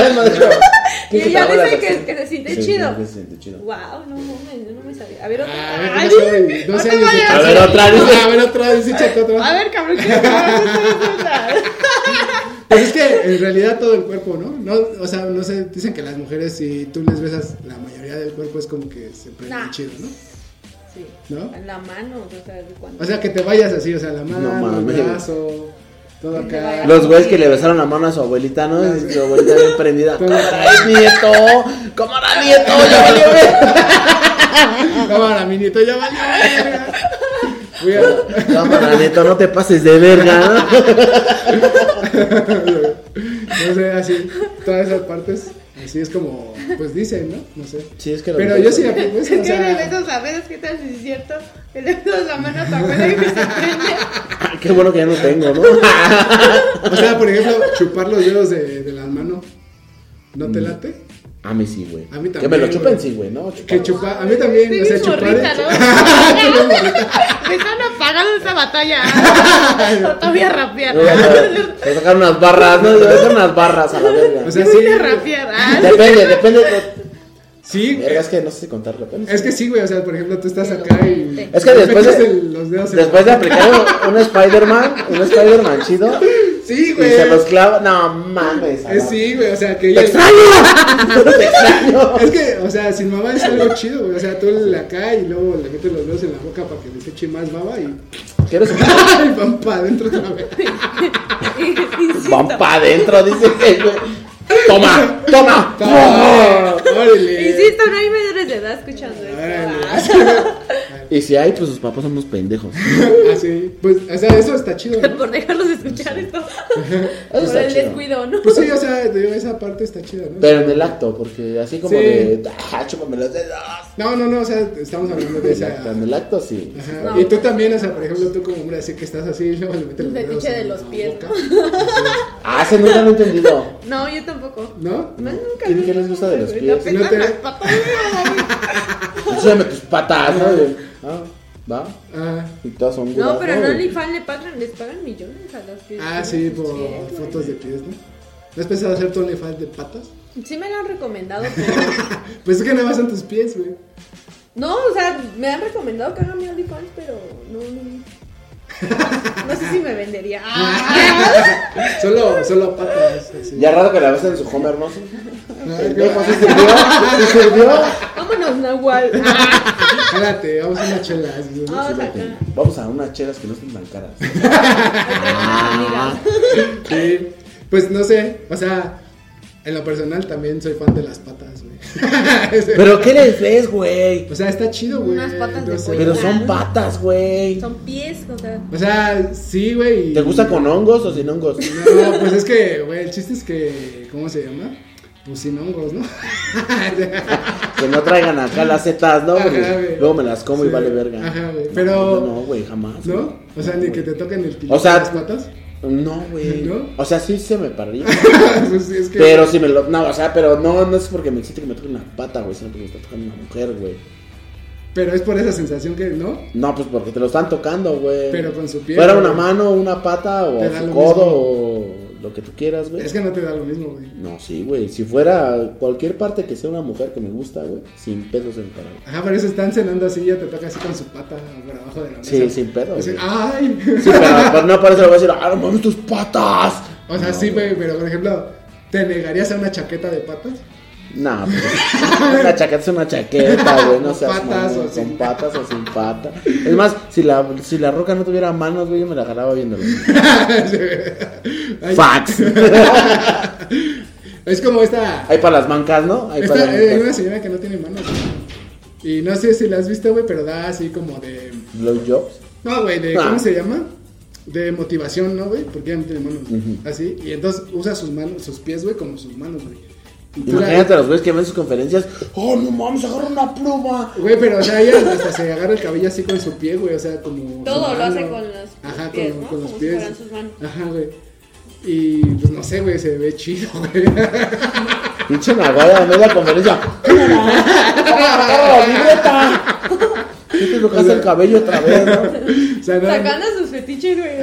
Speaker 2: Y
Speaker 1: Pinche
Speaker 2: ella
Speaker 1: tabla,
Speaker 2: dice que,
Speaker 1: ¿sabes?
Speaker 2: que se siente
Speaker 1: Sí,
Speaker 2: chido.
Speaker 1: sí, que se siente chido.
Speaker 2: Wow, no mames, yo no me sabía. A ver,
Speaker 3: Ah,
Speaker 2: otra.
Speaker 3: no
Speaker 2: Ay,
Speaker 3: sé, no
Speaker 2: no
Speaker 3: sé,
Speaker 2: te
Speaker 3: dice,
Speaker 2: vayas.
Speaker 1: A ver, otra, dice.
Speaker 3: Ah, A ver, otra vez, sí, chato, otra vez.
Speaker 2: A ver, cabrón, ¿qué pasa?
Speaker 3: Pues es que en realidad todo el cuerpo, ¿no? ¿no? O sea, no sé, dicen que las mujeres, si tú les besas la mayoría del cuerpo, es como que se prende
Speaker 2: Nah.
Speaker 3: chido, ¿no?
Speaker 2: Sí.
Speaker 3: ¿No?
Speaker 2: La mano, o sea, de cuando.
Speaker 3: O sea, que te vayas así, o sea, la mano,
Speaker 1: No
Speaker 3: el
Speaker 1: mames.
Speaker 3: brazo, todo
Speaker 2: Que te
Speaker 3: acá.
Speaker 2: vayas.
Speaker 1: Los güeyes que le besaron la mano a su abuelita, ¿no? Y su abuelita bien prendida. ¿Cómo traes, nieto? ¿Cómo era, nieto? Ya valió ver.
Speaker 3: Cámara, mi nieto, ya valió verga. Voy a-
Speaker 1: Cámara, nieto, no te pases de verga, ¿no?
Speaker 3: No sé, así, todas esas partes, así es como, pues dicen, ¿no? No sé.
Speaker 1: Sí, es que lo
Speaker 3: Pero
Speaker 1: que-
Speaker 3: yo sí aplico
Speaker 2: Es que
Speaker 3: eso, o
Speaker 2: le
Speaker 3: sea,
Speaker 2: besas a veces, ¿qué tal si es cierto? Que le besas la mano a tu abuela y que se prende.
Speaker 1: Ah, Qué bueno que ya no tengo, ¿no?
Speaker 3: o sea, por ejemplo, chupar los dedos de, de la mano, ¿no
Speaker 1: Mm.
Speaker 3: te late?
Speaker 1: A mí sí, güey.
Speaker 3: A mí también,
Speaker 1: Que me lo
Speaker 3: güey.
Speaker 1: chupen, sí, güey, ¿no?
Speaker 3: Que chupa, a mí también,
Speaker 2: Sí,
Speaker 3: o sea,
Speaker 2: bien
Speaker 3: chupar.
Speaker 2: morrita, ¿no? Me están apagando esa batalla. No te voy a rapear.
Speaker 1: Voy a- voy a sacar unas barras, ¿no? Voy a sacar unas barras a la verga.
Speaker 3: O sea,
Speaker 2: Te voy a
Speaker 3: sí,
Speaker 2: rapear. ah.
Speaker 1: Depende, depende. no-
Speaker 3: sí,
Speaker 1: Verga, es que no sé si contarlo, pero.
Speaker 3: es que sí, güey, o sea, por ejemplo, tú estás acá y...
Speaker 1: Es que después
Speaker 3: metes
Speaker 1: de-
Speaker 3: el- los dedos en-
Speaker 1: Después de aplicar un- un Spider-Man, un Spider-Man chido,
Speaker 3: Sí,
Speaker 1: y
Speaker 3: güey.
Speaker 1: se los clava. No mames.
Speaker 3: Eh, sí, güey, o sea, que
Speaker 1: ¡Te
Speaker 3: ella...
Speaker 1: extraño! ¡Te extraño!
Speaker 3: Es que, o sea, sin mamá es algo chido, güey. O sea, tú le acá y luego le metes los dedos en la boca para que les eche más baba y...
Speaker 1: ¿Quieres un
Speaker 3: ¡Ay, van para adentro otra vez!
Speaker 1: Van
Speaker 2: Insisto,
Speaker 1: pa' adentro, dice que güey. Toma, toma.
Speaker 3: ¡Órale!
Speaker 2: insisto, no hay menores de edad escuchando esto.
Speaker 3: Órale.
Speaker 2: ah.
Speaker 1: Y Y si hay, pues sus papás son unos pendejos.
Speaker 3: Así, pues, o sea, eso está chido, ¿no?
Speaker 2: Por dejarlos escuchar esto.
Speaker 1: Eso
Speaker 2: Por
Speaker 1: está
Speaker 2: el
Speaker 1: chido.
Speaker 2: descuido, ¿no?
Speaker 3: Pues sí, o sea, te digo, esa parte está chida, ¿no?
Speaker 1: Pero en el acto, porque así como
Speaker 3: Sí.
Speaker 1: de. ¡Ah, chúpame los dedos!
Speaker 3: No, no, no, o sea, estamos hablando de
Speaker 1: En el
Speaker 3: esa...
Speaker 1: acto- En el acto, sí.
Speaker 3: Ajá.
Speaker 2: No.
Speaker 3: Y tú también, o sea, por ejemplo, tú como hombre, así que estás así, y luego le metes
Speaker 2: Un
Speaker 3: los dedos
Speaker 2: fetiche de
Speaker 3: en
Speaker 2: los
Speaker 3: la
Speaker 2: pies,
Speaker 3: boca.
Speaker 1: Ah, ese nunca lo he entendido.
Speaker 2: No, yo tampoco.
Speaker 3: ¿No?
Speaker 2: No, nunca.
Speaker 1: ¿Quién- quién les gusta de los
Speaker 2: Me
Speaker 1: pies?
Speaker 2: pelan
Speaker 3: No te-
Speaker 2: las patas.
Speaker 1: Enséñame tus patas, ¿no? Y- Ah, va.
Speaker 3: Ah,
Speaker 1: Y todas son
Speaker 2: No,
Speaker 1: gulas,
Speaker 2: pero no
Speaker 1: Y-
Speaker 2: le fan le pagan, les pagan millones a los que.
Speaker 3: ah, sí,
Speaker 2: Sí,
Speaker 3: por
Speaker 2: güey.
Speaker 3: fotos de pies, ¿no? ¿No has pensado hacer tu OnlyFans de patas?
Speaker 2: Sí me lo han recomendado, pero.
Speaker 3: Pues es que nada más son tus pies, güey.
Speaker 2: No, o sea, me han recomendado que haga mi OnlyFans, pero no, no. No sé si me vendería. Ah,
Speaker 3: Solo, solo patas, así.
Speaker 1: Ya raro que la ves en su Homer, ¿no?
Speaker 3: Ah,
Speaker 1: Pendejo, ¿sí sirvió? ¿Sí sirvió?
Speaker 2: vámonos, Nahual. Ah,
Speaker 3: Espérate, vamos a una chela. así, ¿no?
Speaker 2: vamos acá.
Speaker 1: Vamos a unas chelas que no estén tan caras.
Speaker 2: Otra amiga.
Speaker 3: Sí. Pues no sé, o sea, en lo personal también soy fan de las patas, güey.
Speaker 1: ¿Pero qué les ves, güey?
Speaker 3: o sea, está chido, güey.
Speaker 2: Unas patas de
Speaker 3: sé.
Speaker 2: pollo.
Speaker 1: Pero son patas, güey.
Speaker 2: Son pies, o sea.
Speaker 3: O sea, sí, güey. y-
Speaker 1: ¿Te gusta con hongos o sin hongos?
Speaker 3: No, pues es que, güey, el chiste es que, ¿cómo se llama? Pues sin hongos, ¿no?
Speaker 1: Que no traigan acá las setas, ¿no? Porque
Speaker 3: Ajá, güey.
Speaker 1: luego me las como y
Speaker 3: Sí.
Speaker 1: vale verga.
Speaker 3: Ajá, güey.
Speaker 1: No,
Speaker 3: Pero-
Speaker 1: No, güey, jamás.
Speaker 3: ¿No? O sea, ni
Speaker 1: No,
Speaker 3: que te
Speaker 1: güey.
Speaker 3: toquen el pilón
Speaker 1: O sea-
Speaker 3: de las patas.
Speaker 1: No, güey.
Speaker 3: ¿No?
Speaker 1: O sea, sí se me parría.
Speaker 3: Pues sí, es que...
Speaker 1: Pero si me lo. No, o sea, pero no, no es porque me existe que me toquen una pata, güey, sino porque me está tocando una mujer, güey.
Speaker 3: Pero es por esa sensación que, ¿no?
Speaker 1: No, pues porque te lo están tocando, güey.
Speaker 3: Pero con su pie,
Speaker 1: Fuera
Speaker 3: güey.
Speaker 1: una mano, una pata o
Speaker 3: Te da
Speaker 1: su
Speaker 3: lo
Speaker 1: codo o lo que tú quieras, güey.
Speaker 3: Es que no te da lo mismo, güey.
Speaker 1: No, sí, güey. Si fuera cualquier parte que sea una mujer que me gusta, güey, sin pedos en parado.
Speaker 3: Ajá, pero eso están cenando así y ya te toca así con su pata por abajo de la mesa.
Speaker 1: Sí, sin pedo,
Speaker 3: Así,
Speaker 1: güey.
Speaker 3: ¡Ay!
Speaker 1: Sí, pero, pero no por eso le voy a decir, ¡ah, no mames tus patas!
Speaker 3: O sea,
Speaker 1: No,
Speaker 3: sí, güey, pero por ejemplo, ¿te negarías a una chaqueta de patas?
Speaker 1: No, pero una chaqueta es una chaqueta, güey, no seas
Speaker 3: Patas
Speaker 1: mamón,
Speaker 3: o
Speaker 1: con
Speaker 3: sin-
Speaker 1: patas o sin patas. Es más, si la, si la roca no tuviera manos, güey, yo me la jalaba viéndolo.
Speaker 3: Ay,
Speaker 1: Fax.
Speaker 3: Es como esta.
Speaker 1: Hay para las mancas, ¿no? Hay para
Speaker 3: esta
Speaker 1: las
Speaker 3: eh, hay una
Speaker 1: mancas.
Speaker 3: señora que no tiene manos. güey. Y no sé si la has visto, güey, pero da así como de.
Speaker 1: Blowjobs.
Speaker 3: No, güey, de.
Speaker 1: Ah.
Speaker 3: ¿Cómo se llama? De motivación, ¿no, güey? Porque ella no tiene manos. Así. Y entonces usa sus manos, sus pies, güey, como sus manos, güey. Y tú la-
Speaker 1: Imagínate a los güeyes que ven sus conferencias. ¡Oh, no mames, agarra una pluma!
Speaker 3: Güey, pero o sea, ella hasta se agarra el cabello así con su pie, güey, o sea, como...
Speaker 2: Todo
Speaker 3: su
Speaker 2: lo hace
Speaker 3: mano.
Speaker 2: con los
Speaker 3: Ajá,
Speaker 2: pies,
Speaker 3: con,
Speaker 2: ¿no?
Speaker 3: con los
Speaker 2: Como si
Speaker 3: pies.
Speaker 2: fueran sus manos.
Speaker 3: Ajá, güey. Y pues no sé, güey, se ve chido, güey.
Speaker 1: Pinche nagada en media conferencia. ¡Agarra la libreta! Este ¿Qué te tocaste el cabello otra vez, no?
Speaker 3: O sea, no-
Speaker 2: Sacando sus fetiches, güey.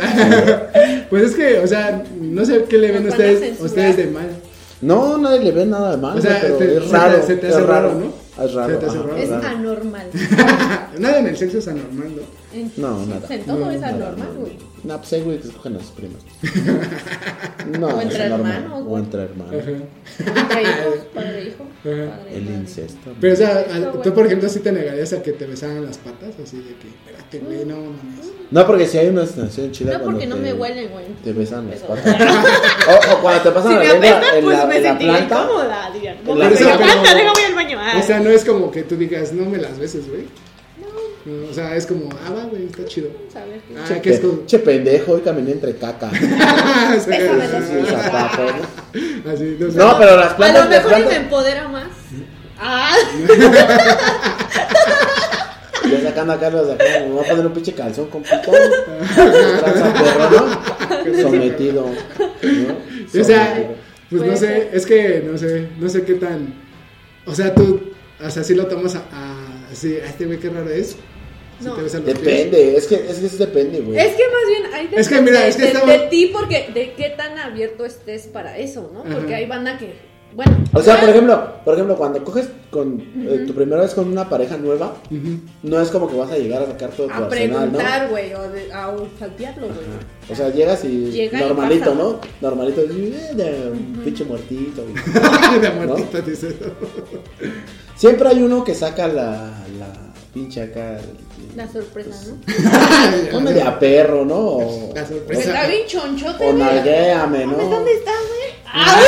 Speaker 3: pues es que, o sea, no sé qué le ven
Speaker 2: Nos van a
Speaker 3: ustedes,
Speaker 2: censurar.
Speaker 3: ustedes de mal.
Speaker 1: No, nadie le ve nada de mal,
Speaker 3: O sea,
Speaker 1: pero
Speaker 3: te-
Speaker 1: es
Speaker 3: se te-
Speaker 1: raro.
Speaker 3: se te
Speaker 1: es
Speaker 3: hace raro,
Speaker 1: raro,
Speaker 3: ¿no?
Speaker 1: Es raro.
Speaker 3: Se te hace
Speaker 1: ajá,
Speaker 3: raro.
Speaker 2: Es
Speaker 1: raro.
Speaker 2: anormal.
Speaker 3: Nada en el sexo es anormal, ¿no?
Speaker 2: En-
Speaker 1: No, nada.
Speaker 2: En todo es anormal, güey.
Speaker 1: No, pues hay güey que se cogen a sus primas. No,
Speaker 2: O entre
Speaker 1: es normal.
Speaker 2: hermanos,
Speaker 1: O
Speaker 2: güey.
Speaker 1: entre hermanos.
Speaker 3: Ajá.
Speaker 2: Padre hijo, padre hijo.
Speaker 3: Ajá.
Speaker 2: padre
Speaker 1: El
Speaker 2: madre.
Speaker 1: incesto.
Speaker 3: Pero, o sea, a-
Speaker 2: Eso, güey.
Speaker 3: tú, por ejemplo, sí te negarías a que te besaran las patas, así de que, espérate, güey, no, mames.
Speaker 1: No, porque si hay una sensación chida.
Speaker 2: No,
Speaker 1: cuando
Speaker 2: porque no
Speaker 1: te-
Speaker 2: me huelen, güey.
Speaker 1: Te besan las
Speaker 2: Pero-
Speaker 1: patas. o, o cuando te pasan
Speaker 2: Si
Speaker 1: la
Speaker 2: me
Speaker 1: lengua
Speaker 2: apretan,
Speaker 1: en
Speaker 2: pues
Speaker 1: la,
Speaker 2: me
Speaker 1: en la
Speaker 2: sentiría
Speaker 1: planta.
Speaker 2: incómoda, digan. No
Speaker 1: En
Speaker 3: la
Speaker 2: me
Speaker 3: planta,
Speaker 2: apretan,
Speaker 3: pero-
Speaker 2: déjame ir al baño. Ah.
Speaker 3: O sea, no es como que tú digas, no me las beses, güey. No, O sea, es como, ah, va, güey, está chido.
Speaker 2: A ver.
Speaker 3: Ah,
Speaker 1: Che,
Speaker 3: que es
Speaker 1: pe-
Speaker 3: como...
Speaker 1: che, pendejo, hoy caminé entre caca.
Speaker 2: Pésame los
Speaker 1: Sí, zapato, ¿no?
Speaker 3: Así, no sé.
Speaker 1: No, pero las
Speaker 2: A
Speaker 1: plantas.
Speaker 2: lo
Speaker 1: las
Speaker 2: mejor y me
Speaker 1: plantas-
Speaker 2: empodera más. Ah,
Speaker 1: Ya sacando acá, los acá. Me voy a poner un pinche calzón con pitón. Tranza perro, ¿no? Sometido. ¿no?
Speaker 3: O sea,
Speaker 1: Sometido.
Speaker 3: pues no
Speaker 2: Puede
Speaker 3: sé,
Speaker 2: ser.
Speaker 3: es que no sé, no sé qué tan. O sea, tú, o sea, si lo tomas a, a, así, a este güey, qué raro es. Si
Speaker 2: No.
Speaker 3: te besan los pies.
Speaker 1: Depende, es que, es que eso depende, güey.
Speaker 2: es que más bien hay
Speaker 3: Es que mira,
Speaker 2: depende
Speaker 3: es que
Speaker 2: de,
Speaker 3: estamos-
Speaker 2: de ti porque de qué tan abierto estés para eso, ¿no? Porque
Speaker 3: Ajá.
Speaker 2: hay banda que, bueno,
Speaker 1: O sea, por ejemplo, por ejemplo, cuando coges con eh, tu primera vez con una pareja nueva,
Speaker 3: Ujú.
Speaker 1: no es como que vas a llegar a sacar todo tu
Speaker 2: a
Speaker 1: arsenal, ¿no?
Speaker 2: preguntar, güey, o de- a olfatearlo, güey.
Speaker 1: O sea, llegas y
Speaker 2: Llega y
Speaker 1: normalito,
Speaker 2: pasa.
Speaker 1: ¿no? Normalito, eh, de pinche muertito. güey.
Speaker 3: de muertito, dice.
Speaker 1: Siempre hay uno que saca la, la pinche acá.
Speaker 2: La sorpresa, ¿no?
Speaker 1: Pues, Ponme de a perro, ¿no? O,
Speaker 2: Que
Speaker 3: La
Speaker 2: está
Speaker 3: sorpresa.
Speaker 2: bien chonchote,
Speaker 1: o
Speaker 2: güey.
Speaker 1: nalguéame,
Speaker 2: Mames,
Speaker 1: pues, ¿no?
Speaker 2: ¿Dónde estás, güey? Ah,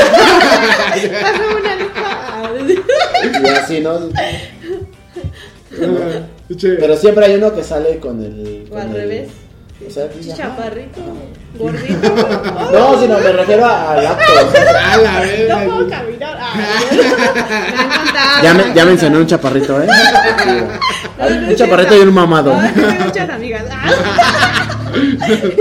Speaker 2: Pásame una lupa.
Speaker 1: Y así, ¿no?
Speaker 3: Ah, Pinche-
Speaker 1: Pero siempre hay uno que sale con el.
Speaker 2: O al
Speaker 1: con el-
Speaker 2: revés.
Speaker 1: O sea, pues,
Speaker 2: Pinche
Speaker 1: ajá.
Speaker 2: Chaparrito, gordito.
Speaker 1: No, sino me refiero a- al acto.
Speaker 3: A la verga.
Speaker 2: No puedo caminar. Ah, Ay, me han contado,
Speaker 1: Ya,
Speaker 2: me han
Speaker 1: me- ya
Speaker 2: contado.
Speaker 1: mencioné un chaparrito, ¿eh?
Speaker 2: No, no
Speaker 1: un
Speaker 2: es
Speaker 1: chaparrito y
Speaker 2: cierto.
Speaker 1: un mamado.
Speaker 2: No, tengo muchas amigas. Ah,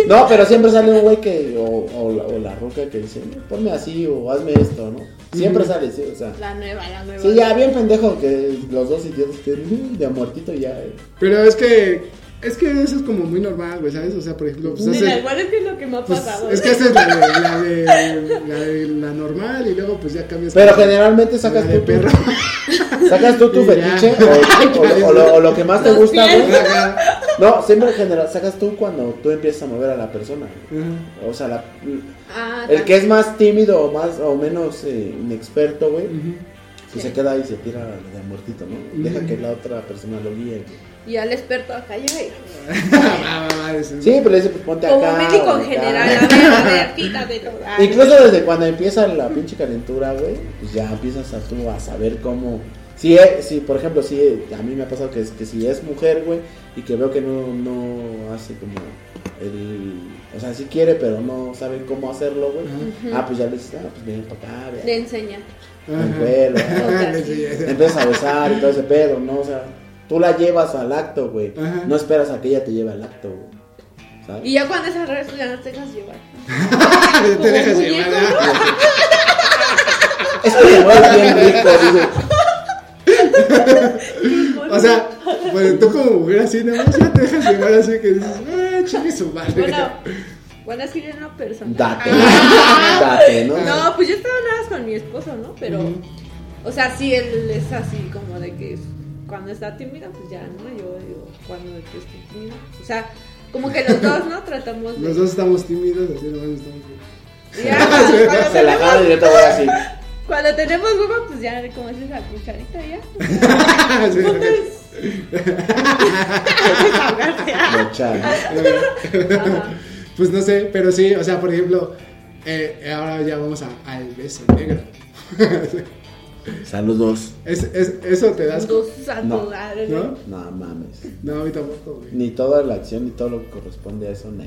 Speaker 1: No, pero siempre sale un güey que. O, o la, o la ruca que dice, ponme así o hazme esto, ¿no? Siempre sale, sí, o sea.
Speaker 2: La nueva, la nueva.
Speaker 1: Sí, ya, bien pendejo que los dos idiotas que mm, de a muertito ya. eh.
Speaker 3: Pero es que. Es que eso es como muy normal, güey, ¿sabes? O sea, por ejemplo, pues
Speaker 2: Ni la
Speaker 3: hace.
Speaker 2: igual es que es lo que me ha
Speaker 3: pues,
Speaker 2: pasado. ¿eh?
Speaker 3: es que haces la de, la de, la de la normal y luego pues ya cambias.
Speaker 1: Pero generalmente
Speaker 3: la
Speaker 1: sacas
Speaker 3: de
Speaker 1: tú,
Speaker 3: perro.
Speaker 1: tu- sacas tú tu
Speaker 3: Y ya.
Speaker 1: fetiche o, o- o lo, o lo que más te
Speaker 2: Los
Speaker 1: gusta,
Speaker 2: pies.
Speaker 1: güey. No, siempre general, sacas tú cuando tú empiezas a mover a la persona. güey.
Speaker 3: Ajá.
Speaker 1: O sea, la-
Speaker 2: Ah,
Speaker 1: el que
Speaker 2: también.
Speaker 1: es más tímido o más o menos eh, inexperto, güey,
Speaker 3: Ujú.
Speaker 1: pues se queda ahí y se tira de a muertito, ¿no? Deja que la otra persona lo guíe.
Speaker 2: Y al experto acá, ya. ya.
Speaker 3: Va, va, va, dices,
Speaker 1: Sí, pero le dice, pues ponte
Speaker 2: Como
Speaker 1: acá.
Speaker 2: médico
Speaker 1: o
Speaker 2: en
Speaker 1: acá.
Speaker 2: general, a ver, a ver, quítate todo. Ay,
Speaker 1: Incluso desde cuando empieza la pinche calentura, güey, pues ya empiezas a tú a saber cómo. Si, es- si por ejemplo, si a mí me ha pasado que, es- que si es mujer, güey, y que veo que no, no hace como el. O sea, si quiere, pero no sabe cómo hacerlo, güey. Ah, pues ya le dices, ah, pues ven para acá,
Speaker 2: Le
Speaker 1: vea.
Speaker 2: enseña.
Speaker 1: el
Speaker 3: ajá.
Speaker 1: vuelo,
Speaker 3: Ajá,
Speaker 2: Ok.
Speaker 3: sí, ya.
Speaker 1: Empiezas a besar y todo ese pedo, ¿no? O sea, tú la llevas al acto, güey.
Speaker 3: Ajá.
Speaker 1: No esperas a que ella te lleve al acto, güey. ¿Sabes?
Speaker 2: Y ya cuando es al revés, pues, ya no te dejas llevar.
Speaker 3: Ya
Speaker 2: Como
Speaker 3: te dejas
Speaker 2: muñeco,
Speaker 3: llevar. ah.
Speaker 1: Es que me mueves bien rico, dice.
Speaker 3: O sea, bueno, tú como mujer así, nada más ya te dejas llevar así que dices, ah, chingue su madre.
Speaker 2: Bueno, bueno, es que yo era una persona.
Speaker 1: Date,
Speaker 2: Ah.
Speaker 1: date, ¿no?
Speaker 2: No, pues yo estaba nada más con mi esposo, ¿no? Pero,
Speaker 3: Ujú.
Speaker 2: o sea, sí, él es así como de que cuando está tímido, pues ya, ¿no? Yo digo, cuando yo estoy tímido. O sea, como que los dos, ¿no? Tratamos de...
Speaker 3: Los dos estamos tímidos, así nomás estamos.
Speaker 2: Ya, cuando,
Speaker 1: Se la
Speaker 2: tenemos,
Speaker 1: jalo y yo te voy así.
Speaker 2: cuando tenemos huevo, pues ya, como dices, la cucharita ya.
Speaker 3: Ah, Sí.
Speaker 2: Entonces... desahogarte, ah.
Speaker 1: No, chale.
Speaker 2: Ajá.
Speaker 3: Pues no sé, pero sí, o sea, por ejemplo, eh, ahora ya vamos a- al beso negro.
Speaker 1: Saludos.
Speaker 3: Es, es- eso te das.
Speaker 2: Dos
Speaker 1: No.
Speaker 2: saludares.
Speaker 3: ¿No?
Speaker 1: No mames.
Speaker 3: No, a mí tampoco, güey.
Speaker 1: Ni toda la acción ni todo lo que corresponde a eso, no.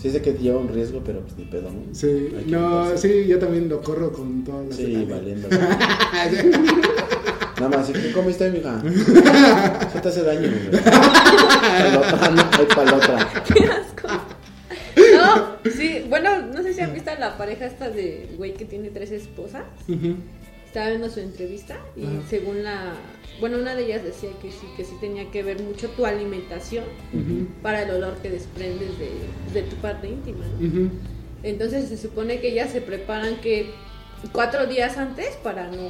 Speaker 1: Sí sé que lleva un riesgo, pero pues ni pedo, ¿no?
Speaker 3: Sí,
Speaker 1: Hay que
Speaker 3: no,
Speaker 1: quitarse.
Speaker 3: sí, yo también lo corro con todas las
Speaker 1: Sí,
Speaker 3: detalles.
Speaker 1: valiendo. Nada más, ¿y qué comiste, mija? Eso te hace daño, güey. Palota, no, hay palota. Ah.
Speaker 2: No, sí, bueno, no sé si han visto la pareja esta del güey que tiene tres esposas.
Speaker 3: Ujú.
Speaker 2: Estaba viendo su entrevista y
Speaker 3: Ajá.
Speaker 2: según la... Bueno, una de ellas decía que sí, que sí tenía que ver mucho tu alimentación para el olor que desprendes de, de tu parte íntima.
Speaker 1: Mm.
Speaker 2: ¿no?
Speaker 3: Ujú.
Speaker 2: Entonces se supone que ellas se preparan que cuatro días antes para no...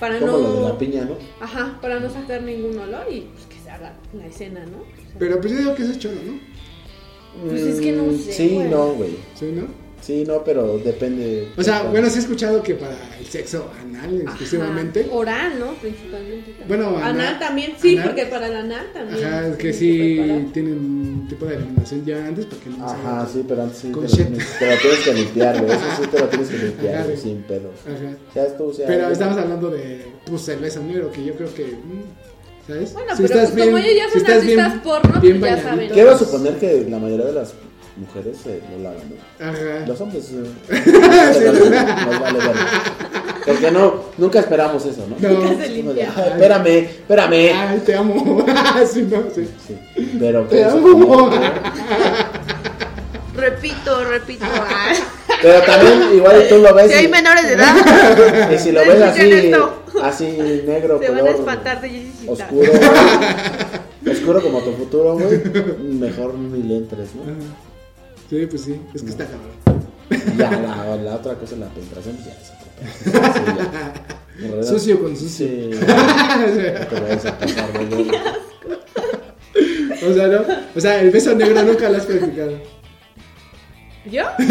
Speaker 2: Para
Speaker 1: Como lo de
Speaker 2: no...
Speaker 1: la piña, ¿no?
Speaker 2: Ajá, para no sacar ningún olor y pues, que se haga la escena, ¿no? O sea,
Speaker 3: Pero pues yo digo que eso es cholo, ¿no?
Speaker 2: Pues es que no
Speaker 1: Mm,
Speaker 2: sé,
Speaker 1: Sí,
Speaker 2: güey.
Speaker 1: no, güey.
Speaker 3: Sí, ¿no?
Speaker 1: Sí, no, pero depende.
Speaker 3: O sea,
Speaker 1: Como-
Speaker 3: bueno, sí he escuchado que para el sexo anal exclusivamente.
Speaker 2: Ajá, Oral, ¿no? Principalmente. también.
Speaker 3: Bueno,
Speaker 2: anal,
Speaker 3: anal-
Speaker 2: también, sí,
Speaker 3: anal.
Speaker 2: porque para el anal también.
Speaker 3: Ajá, es que
Speaker 2: se
Speaker 3: sí
Speaker 2: prepara.
Speaker 3: tienen un tipo de eliminación ya antes porque no
Speaker 1: Ajá,
Speaker 3: se-
Speaker 1: sí, pero antes sí
Speaker 3: Con
Speaker 1: te lo,
Speaker 3: shit.
Speaker 1: tienes, te lo tienes que limpiar, güey. Eso sí te lo tienes que limpiar,
Speaker 3: Ajá,
Speaker 1: güey,
Speaker 3: sí.
Speaker 1: sin pedo.
Speaker 3: Ajá.
Speaker 1: Seas tú, seas
Speaker 3: Pero
Speaker 1: yo.
Speaker 3: estamos hablando de pues el beso negro que yo creo que mm, ¿sabes?
Speaker 2: Bueno, pero pues como ellos ya son artistas porno, pues ya saben.
Speaker 1: Quiero suponer que la mayoría de las mujeres eh, lo lavan, ¿no?
Speaker 3: Ajá.
Speaker 1: Los hombres. eh, nos vale- nos vale verga. Porque no, nunca esperamos eso, ¿no?
Speaker 3: No.
Speaker 2: Nunca se
Speaker 1: Como de,
Speaker 2: limpia.
Speaker 1: "Ay, espérame, espérame.
Speaker 3: Ay, te amo. sí, no, sí.
Speaker 1: Sí, pero.
Speaker 3: Te
Speaker 1: pues,
Speaker 3: amo.
Speaker 2: Repito, repito. ah.
Speaker 1: Pero también, igual tú lo ves.
Speaker 2: Si hay
Speaker 1: y-
Speaker 2: menores de edad,
Speaker 1: Y si lo
Speaker 2: No
Speaker 1: ves así,
Speaker 2: escuchen esto.
Speaker 1: así negro,
Speaker 2: se van a
Speaker 1: color
Speaker 2: espantar de Jessicita.
Speaker 1: oscuro, oscuro como tu futuro, güey, mejor ni le entres, ¿no?
Speaker 3: Ajá. Sí, pues sí, es que está cabrón.
Speaker 1: Ya, la, la otra cosa, la penetración, pues ya es otra cosa. Sí, ya. En realidad,
Speaker 3: Sucio con sucio.
Speaker 1: Sí, pues, no te vayas a pasar, güey.
Speaker 3: O sea, no, o sea, el beso negro nunca lo has practicado.
Speaker 2: ¿Yo? No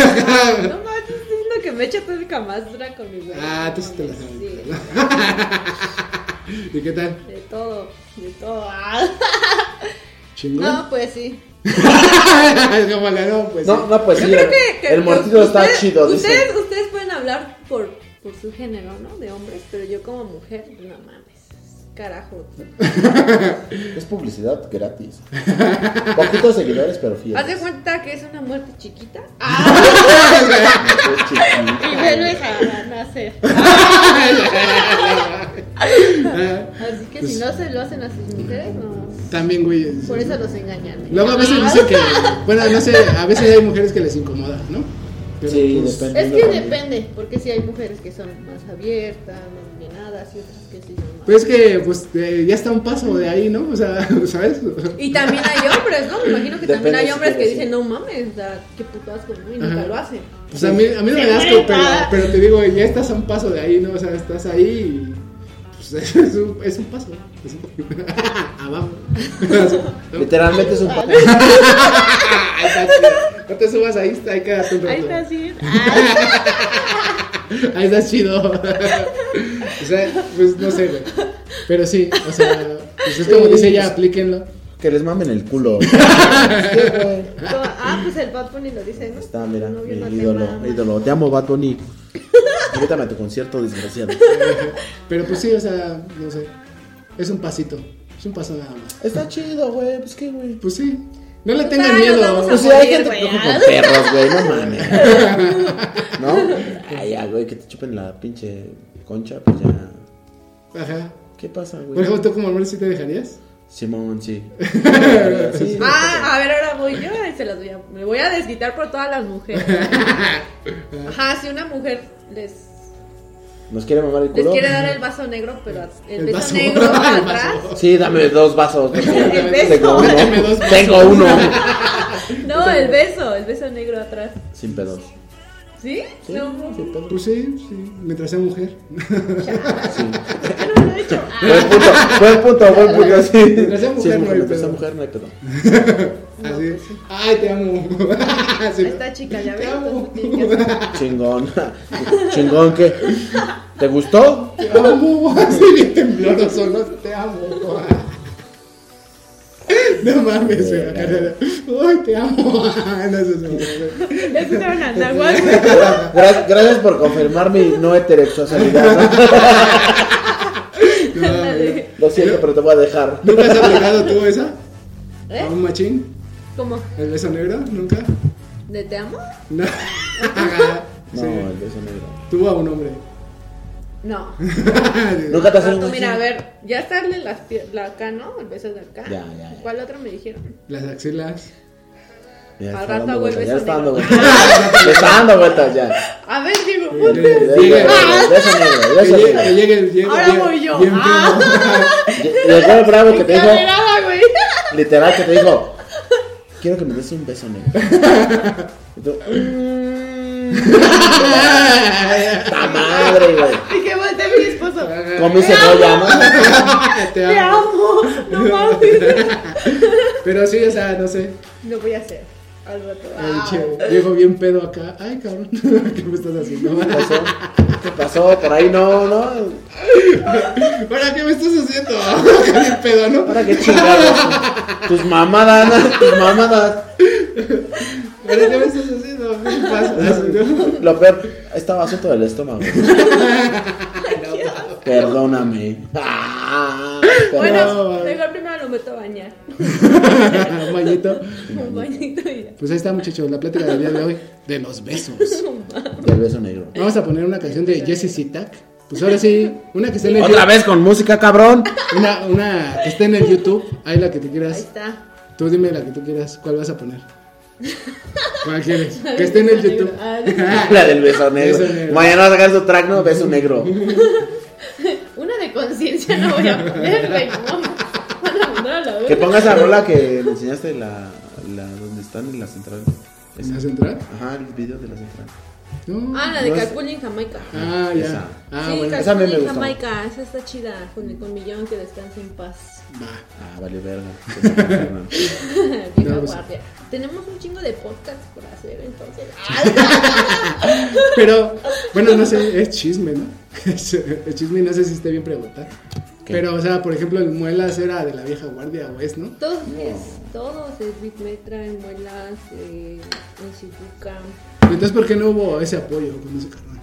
Speaker 2: más, estás diciendo que me echa todo el camastra con mi güey.
Speaker 3: Ah, tú sí te la
Speaker 2: Sí,
Speaker 3: sabes. ¿Y qué tal?
Speaker 2: De todo, de todo. ah.
Speaker 3: ¿Chingón?
Speaker 2: No, pues sí.
Speaker 3: es como la no, pues.
Speaker 1: No, no, pues
Speaker 2: Yo
Speaker 1: sí,
Speaker 2: creo que, que
Speaker 1: el mortito
Speaker 2: los-
Speaker 1: está
Speaker 2: ustedes-
Speaker 1: chido, dice.
Speaker 2: Ustedes, ustedes pueden hablar por, por su género, ¿no? De hombres, pero yo como mujer, no mames. Carajo.
Speaker 1: Es publicidad gratis. Poquitos seguidores, pero fieles.
Speaker 2: Haz de cuenta que es una muerte chiquita.
Speaker 1: Es chiquita.
Speaker 2: Ah, Y vuelves a nacer. Así que si no se lo hacen a sus mujeres, no.
Speaker 3: También, güey. es-
Speaker 2: Por eso los engañan.
Speaker 3: Luego a veces dicen que. Bueno, no sé, a veces hay mujeres que les incomoda, ¿no? Pero,
Speaker 1: Sí,
Speaker 3: pues,
Speaker 1: depende.
Speaker 2: Es que depende, porque si hay mujeres que son más abiertas, más llenadas y otras que sí son más.
Speaker 3: Pues es que pues, eh, ya está un paso de ahí, ¿no? O sea, ¿sabes?
Speaker 2: Y también hay hombres, ¿no? Me imagino que
Speaker 1: Depende
Speaker 2: también hay
Speaker 1: si
Speaker 2: hombres que
Speaker 1: quieres,
Speaker 2: dicen, no mames, da, qué puto asco, ¿no? Y nunca
Speaker 3: Ajá.
Speaker 2: lo hacen.
Speaker 3: Pues a mí, a mí no me da asco, pero, pero te digo, ya estás a un paso de ahí, ¿no? O sea, estás ahí y. Pues, es, un, es un paso. es un- Abajo.
Speaker 1: Literalmente es un papel.
Speaker 3: no te subas ahí, está- ahí quedas un rato.
Speaker 2: Ahí está así.
Speaker 3: Ahí estás chido. o sea, pues no sé, güey. Pero sí, o sea, pues es como
Speaker 1: Sí,
Speaker 3: dice ella,
Speaker 1: pues-
Speaker 3: aplíquenlo.
Speaker 1: Que les mamen el culo. Sí, güey.
Speaker 2: Ah, pues el Bad Bunny lo dice, ¿no?
Speaker 1: Está, mira,
Speaker 2: Tu novio
Speaker 1: mi
Speaker 2: no te
Speaker 1: ídolo,
Speaker 2: mama.
Speaker 1: ídolo. Te amo, Bad Bunny. Invítame a tu concierto, desgraciado.
Speaker 3: Pero pues sí, o sea, no sé. Es un pasito. Es un paso nada más.
Speaker 1: Está chido, güey. Pues qué, güey.
Speaker 3: Pues sí. No le
Speaker 2: Ah,
Speaker 3: tengan
Speaker 2: nos vamos
Speaker 3: miedo.
Speaker 1: Pues sí, hay gente
Speaker 2: Morir,
Speaker 1: que coge
Speaker 2: güey. ah.
Speaker 1: con perros, güey. No mames. ¿No? Ay, ya, güey, que te chupen la pinche concha, pues ya.
Speaker 3: Ajá.
Speaker 1: ¿Qué pasa,
Speaker 3: Por
Speaker 1: güey?
Speaker 3: ejemplo, ¿tú Pues como hombre sí te dejarías?
Speaker 1: Simón, sí. Sí.
Speaker 2: Ah, a ver, ahora voy yo y se las voy a... Me voy a desquitar por todas las mujeres. Ajá, si una mujer les
Speaker 1: ¿Nos quiere mamar el
Speaker 2: Les
Speaker 1: culo?
Speaker 2: quiere dar el vaso negro, pero at- el,
Speaker 3: El
Speaker 2: beso
Speaker 3: vaso.
Speaker 2: negro
Speaker 3: El vaso.
Speaker 2: atrás.
Speaker 1: Sí, dame dos vasos. por favor.
Speaker 2: El beso.
Speaker 1: Tengo uno.
Speaker 3: Dame dos vasos.
Speaker 1: Tengo uno.
Speaker 2: No, el beso, el beso negro atrás.
Speaker 1: Sin pedos.
Speaker 2: ¿Sí?
Speaker 1: Sí,
Speaker 2: no,
Speaker 1: sin pedos.
Speaker 3: Pues sí, sí. Mientras sea mujer.
Speaker 1: Sí.
Speaker 2: yo no lo he hecho.
Speaker 1: Buen punto,
Speaker 2: Ah.
Speaker 1: buen punto, buen punto. Sí.
Speaker 3: Mientras sea
Speaker 1: Sí,
Speaker 3: mujer, no hay
Speaker 1: mientras sea
Speaker 3: pedo. Ah,
Speaker 1: mujer, no hay pedo.
Speaker 3: Así. Ay, te amo. Así, ¿no?
Speaker 2: Esta chica ya ve.
Speaker 3: Te amo.
Speaker 2: entonces tiene que hacer-
Speaker 1: Chingón. Chingón, ¿qué? ¿Te gustó?
Speaker 3: Te amo, así bien tembloroso, no te amo. No mames, güey, acá, Ay, te amo. No, eso es horrible.
Speaker 2: Es una nahuatl, güey.
Speaker 1: Gra- Gracias por confirmar mi no heterosexualidad. ¿no?
Speaker 3: No, mames.
Speaker 1: Lo siento, pero te voy a dejar.
Speaker 3: ¿Nunca has aplicado tú esa? ¿A
Speaker 2: ¿Eh?
Speaker 3: un machín?
Speaker 2: ¿Cómo?
Speaker 3: ¿El beso negro? ¿Nunca?
Speaker 2: ¿De te amo?
Speaker 3: No.
Speaker 1: No, el beso negro.
Speaker 3: Tú a un hombre.
Speaker 2: No.
Speaker 1: Nunca
Speaker 2: Rato,
Speaker 1: te hacen
Speaker 2: mira, a ver, ya estarle las pier- la acá, ¿no? El beso de acá.
Speaker 1: Ya, ya, ya.
Speaker 2: ¿Cuál otro me dijeron?
Speaker 3: Las axilas.
Speaker 1: Ya
Speaker 2: Al
Speaker 1: está
Speaker 2: rato
Speaker 1: dando
Speaker 2: hago el
Speaker 1: vueltas, ya
Speaker 2: beso
Speaker 1: está dando
Speaker 2: negro.
Speaker 1: vueltas. Ya está dando vueltas ya.
Speaker 2: A ver, digo,
Speaker 3: Que
Speaker 2: ponte. Ah,
Speaker 3: llegue,
Speaker 1: Beso negro, beso negro,
Speaker 3: que
Speaker 1: beso
Speaker 3: llegue,
Speaker 1: negro.
Speaker 3: que llegue, llegue
Speaker 2: Ahora
Speaker 3: bien-
Speaker 2: voy yo.
Speaker 3: bien
Speaker 2: Ah.
Speaker 3: pedo.
Speaker 1: Y- y el güey bravo que te dijo,
Speaker 2: Exagerada, güey.
Speaker 1: literal que te dijo, quiero que me des un beso negro. Y tú, ¡ta madre, güey!
Speaker 2: Y que volteé a mi esposo.
Speaker 1: Comí cebolla, ¿no?
Speaker 3: Te
Speaker 2: Te
Speaker 3: amo.
Speaker 2: amo. No mames.
Speaker 3: Pero sí, o sea, no sé.
Speaker 2: Lo voy a hacer. Al rato.
Speaker 3: Ay,
Speaker 2: Ah.
Speaker 3: che, llego bien pedo acá. Ay, cabrón, ¿qué me estás haciendo?
Speaker 1: ¿Qué pasó? ¿Qué pasó? Por ahí no, no.
Speaker 3: Ahora, ¿qué me estás haciendo? Acá bien pedo, ¿no?
Speaker 1: Ahora qué chingados. Tus mamadas, ¿no? tus mamadas.
Speaker 3: Ahora, ¿qué me estás haciendo? ¿Qué pasa? Así, ¿no?
Speaker 1: Lo peor, estaba asunto del estómago. Perdóname. Ah, perdón.
Speaker 2: Bueno,
Speaker 3: No,
Speaker 2: mejor primero lo meto a bañar.
Speaker 3: Mañito.
Speaker 2: Un bañito y ya.
Speaker 3: Pues ahí está, muchachos, la plática del día de hoy de los besos.
Speaker 1: Del beso negro.
Speaker 3: Vamos a poner una canción de Jesse Sitak. Pues ahora sí, una que esté en el
Speaker 1: Otra
Speaker 3: YouTube.
Speaker 1: vez con música, cabrón.
Speaker 3: Una, una que esté en el YouTube. Ahí la que tú
Speaker 2: Ahí
Speaker 3: quieras.
Speaker 2: está.
Speaker 3: Tú dime la que tú quieras. ¿Cuál vas a poner? ¿Cuál quieres? Que esté en el YouTube.
Speaker 2: Ah, de-
Speaker 1: La del beso negro.
Speaker 3: Beso negro.
Speaker 1: Mañana va a sacar su track, ¿no? Beso negro.
Speaker 2: Una de conciencia no voy a poner, güey. No, Van a mandar a la
Speaker 1: Que
Speaker 2: verga.
Speaker 1: pongas la rola que le enseñaste la, la donde están en la central.
Speaker 3: ¿Me vas a entrar?
Speaker 1: Ajá, el video de la central.
Speaker 3: No.
Speaker 2: Ah, la de
Speaker 1: No es-
Speaker 2: Calpulli en Jamaica.
Speaker 3: Ah, ya.
Speaker 1: Esa.
Speaker 3: Ah,
Speaker 2: sí,
Speaker 3: bueno.
Speaker 1: esa a
Speaker 2: Calpulli
Speaker 1: mí me
Speaker 2: en
Speaker 1: gusta.
Speaker 2: Jamaica. Esa está chida. Con el millón que descanse en paz.
Speaker 3: Va.
Speaker 1: Ah, vale verga.
Speaker 2: Vieja
Speaker 3: No, pues-
Speaker 2: guardia. Tenemos un chingo de podcasts por hacer, entonces. Ah,
Speaker 3: Pero, bueno, no sé, es chisme, ¿no? Es, es chisme, no sé si esté bien preguntar.
Speaker 1: ¿Qué?
Speaker 3: Pero, o sea, por ejemplo, el muelas era de la vieja guardia o es, ¿no?
Speaker 2: Todos, es, todos, es Big Metra, en Muelas, eh, en Shizuka.
Speaker 3: Entonces, ¿por qué no hubo ese apoyo con ese carnal?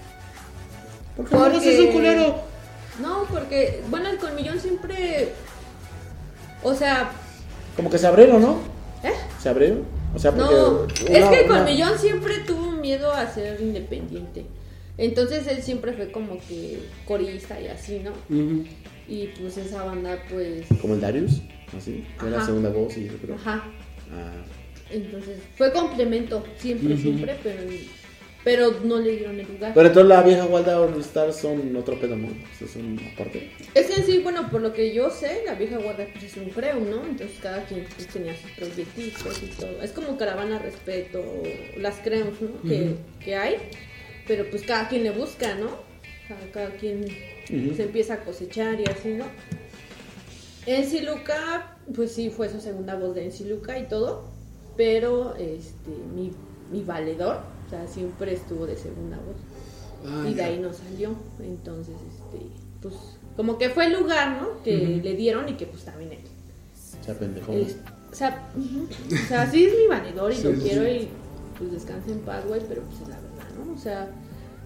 Speaker 2: Porque-
Speaker 1: Porque es un culero.
Speaker 2: No, porque, bueno, el colmillón siempre. O sea,
Speaker 1: Como que se abrieron, ¿no?
Speaker 2: ¿eh?
Speaker 1: ¿Se abrieron? O sea, porque.
Speaker 2: No, es
Speaker 1: una-
Speaker 2: que
Speaker 1: una-
Speaker 2: Colmillón siempre tuvo miedo a ser independiente. Entonces él siempre fue como que corista y así, ¿no?
Speaker 3: Ujú.
Speaker 2: Y pues esa banda, pues.
Speaker 1: Como el Darius, así. Que era
Speaker 2: Ajá.
Speaker 1: segunda voz y yo creo.
Speaker 2: Ajá.
Speaker 1: Ah,
Speaker 2: Entonces fue complemento, siempre, siempre, pero, pero no le dieron el lugar.
Speaker 1: Pero entonces la vieja Walda All Star son otro pedo, ¿no? O sea, son aparte.
Speaker 2: Es que en sí, bueno, por lo que yo sé, la vieja guarda pues, es un creo, ¿no? Entonces cada quien pues, tenía sus proyectitos y todo. Es como caravana respeto, o las creos, ¿no? Que, que hay. Pero pues cada quien le busca, ¿no? Cada, cada quien
Speaker 1: Ujú.
Speaker 2: se empieza a cosechar y así, ¿no? En Siluca, pues sí, fue su segunda voz de En Siluca y todo. Pero este, mi, mi valedor, o sea, siempre estuvo de segunda voz
Speaker 3: Ah,
Speaker 2: y de
Speaker 3: ya.
Speaker 2: ahí no salió. Entonces, este, pues, como que fue el lugar, ¿no? Que le dieron y que pues también él.
Speaker 1: O sea, pendejo.
Speaker 2: él- o sea, ujú, o sea, sí es mi valedor y
Speaker 3: Sí,
Speaker 2: lo
Speaker 3: sí,
Speaker 2: quiero
Speaker 3: sí.
Speaker 2: y pues descanse en paz, güey, pero pues es la verdad, ¿no? O sea,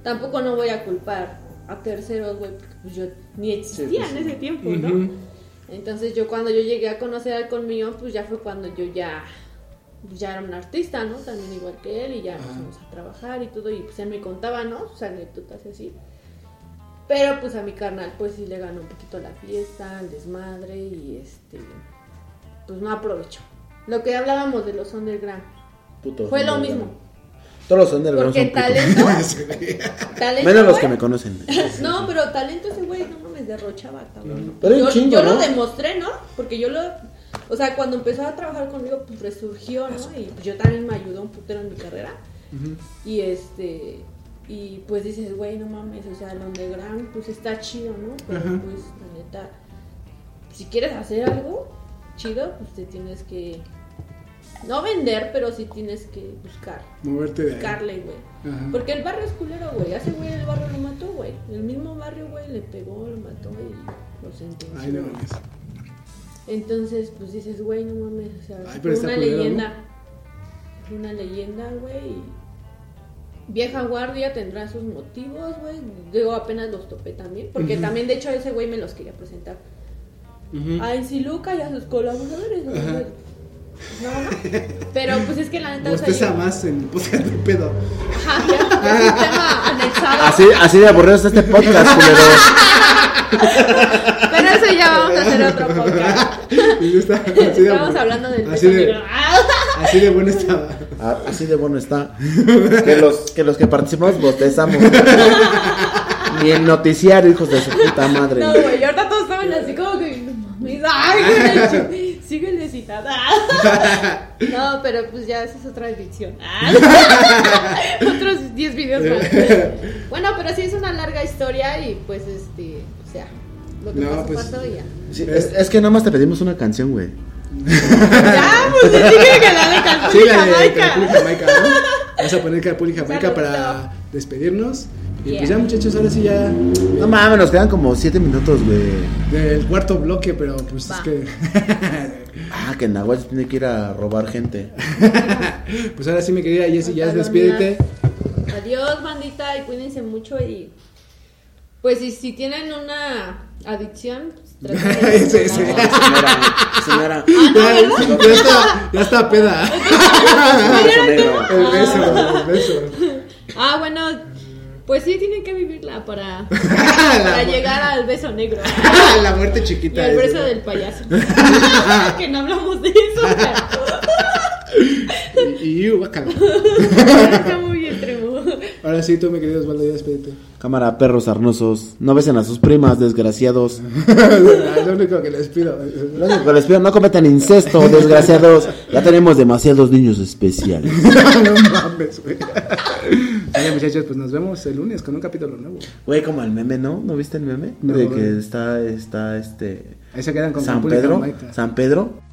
Speaker 2: tampoco no voy a culpar a terceros, güey, porque pues yo ni existía
Speaker 1: pues,
Speaker 2: en
Speaker 1: sí.
Speaker 2: ese tiempo, ¿no?
Speaker 3: Ujú.
Speaker 2: Entonces yo cuando yo llegué a conocer al Colmillón, pues ya fue cuando yo ya, pues ya era un artista, ¿no? También igual que él y ya
Speaker 3: Ajá.
Speaker 2: nos fuimos a trabajar y todo y pues él me contaba, ¿no? Sus anécdotas y así. Pero pues a mi carnal pues sí le ganó un poquito la fiesta, el desmadre y este, pues no aprovechó. Lo que hablábamos de los underground.
Speaker 1: Puto,
Speaker 2: Fue lo
Speaker 1: son
Speaker 2: mismo.
Speaker 1: Todos los underground
Speaker 2: Porque
Speaker 1: son putos.
Speaker 2: talento... talento
Speaker 1: Menos los
Speaker 2: güey,
Speaker 1: que me conocen.
Speaker 2: no, pero talento ese güey no mames derrochaba, cabrón.
Speaker 1: Pero hay un
Speaker 2: yo
Speaker 1: chingo,
Speaker 2: yo
Speaker 1: ¿no?
Speaker 2: lo demostré, ¿no? Porque yo lo. O sea, cuando empezó a trabajar conmigo, pues resurgió, ¿no? Y pues, yo también me ayudó un putero en mi carrera. Y este. Y pues dices, güey, no mames, o sea, el underground, pues está chido, ¿no? Pero
Speaker 3: Ajá.
Speaker 2: pues, la neta. Si quieres hacer algo chido, pues te tienes que. No vender, pero sí tienes que buscar.
Speaker 3: Moverte de ahí.
Speaker 2: Buscarle, güey.
Speaker 3: Ajá.
Speaker 2: Porque el barrio es culero, güey. Hace güey el barrio lo mató, güey. El mismo barrio, güey, le pegó, lo mató y lo sentenció.
Speaker 3: Ay, no mames.
Speaker 2: Entonces, pues dices, güey, no mames. O sea,
Speaker 3: Ay,
Speaker 2: fue
Speaker 3: pero está
Speaker 2: una
Speaker 3: culero, ¿no?
Speaker 2: leyenda. Fue Una leyenda, güey. y Vieja guardia tendrá sus motivos, güey. Digo, apenas los topé también. Porque
Speaker 3: Ujú.
Speaker 2: también, de hecho, ese güey me los quería presentar.
Speaker 3: Ujú.
Speaker 2: A Ensiluca y a sus colaboradores. güey.
Speaker 3: Ajá.
Speaker 2: No, no. Pero pues es que la neta. o sea,
Speaker 3: Bosteza
Speaker 2: yo-
Speaker 3: más en el podcast de pedo.
Speaker 2: Ajá, ya, es un tema anexado.
Speaker 1: Así, así de aburrido está este podcast, culero.
Speaker 2: Pero eso ya vamos a hacer otro podcast.
Speaker 3: Y yo estaba así de
Speaker 2: Estábamos
Speaker 3: aburrido.
Speaker 2: hablando del
Speaker 3: así
Speaker 2: beso
Speaker 3: de,
Speaker 2: negro. ¡Ah!
Speaker 3: así de bueno estaba.
Speaker 1: Ah, Así de bueno está. Que los que, los que participamos bostezamos. Ni el noticiario, hijos de su puta madre.
Speaker 2: No, güey, ahorita todos estaban así como que. "No mames, ¡Ay, güey! Síguele citada. No, pero pues ya esa es otra adicción. Ah. Otros 10 videos más. Bueno, pero sí es una larga historia y pues este. O sea, lo que
Speaker 3: No,
Speaker 2: pasó,
Speaker 3: pues-
Speaker 2: pasó y ya.
Speaker 1: Sí, es, es que nada más te pedimos una canción, güey.
Speaker 2: Ya, pues sí, sigue que la de Cancún
Speaker 3: Sí,
Speaker 2: y
Speaker 3: la de
Speaker 2: Jamaica.
Speaker 3: Capulí Jamaica, ¿no? Vamos a poner Capulí Jamaica
Speaker 2: Saludito.
Speaker 3: para despedirnos. Y
Speaker 2: Yeah.
Speaker 3: pues ya, muchachos, ahora sí ya
Speaker 1: No mames, nos quedan como 7 minutos, güey.
Speaker 3: del cuarto bloque, pero pues
Speaker 2: Va.
Speaker 3: es que.
Speaker 1: Ah, que Nahuel tiene que ir a robar gente.
Speaker 2: Ah.
Speaker 3: pues ahora sí, mi querida Jessie, ya
Speaker 2: Hasta
Speaker 3: despídete.
Speaker 2: Adiós, bandita, y cuídense mucho y pues si, si tienen una adicción, pues, traten de
Speaker 3: Sí, sí.
Speaker 1: No,
Speaker 2: controlarla.
Speaker 1: eso no era, eso Ah, no era.
Speaker 3: Ya, ya está, ya está peda.
Speaker 1: Eso negro.
Speaker 3: El beso, el beso.
Speaker 2: Ah, bueno, pues sí tienen que vivirla para,
Speaker 3: La
Speaker 2: para
Speaker 3: mu-
Speaker 2: llegar al beso negro
Speaker 3: La muerte chiquita.
Speaker 2: y al
Speaker 3: dice.
Speaker 2: beso del payaso. que no hablamos de eso, pero
Speaker 3: Y, y, uh, guácala.
Speaker 2: está muy extremo.
Speaker 3: Ahora sí, tú, mi querido Osvaldo, ya despídete.
Speaker 1: Cámara, perros arnosos. No besen a sus primas, desgraciados.
Speaker 3: es lo único que les pido.
Speaker 1: Lo único que les pido, no cometan incesto, desgraciados. Ya tenemos demasiados niños especiales.
Speaker 3: no mames, güey. Oye, muchachos, pues nos vemos el lunes con un capítulo nuevo.
Speaker 1: Güey, como el meme, ¿no? ¿No viste el meme?
Speaker 3: No,
Speaker 1: de
Speaker 3: güey.
Speaker 1: que está, está este.
Speaker 3: Ahí se quedan con
Speaker 1: San
Speaker 3: Capulí
Speaker 1: Pedro.
Speaker 3: Jamaica.
Speaker 1: San Pedro.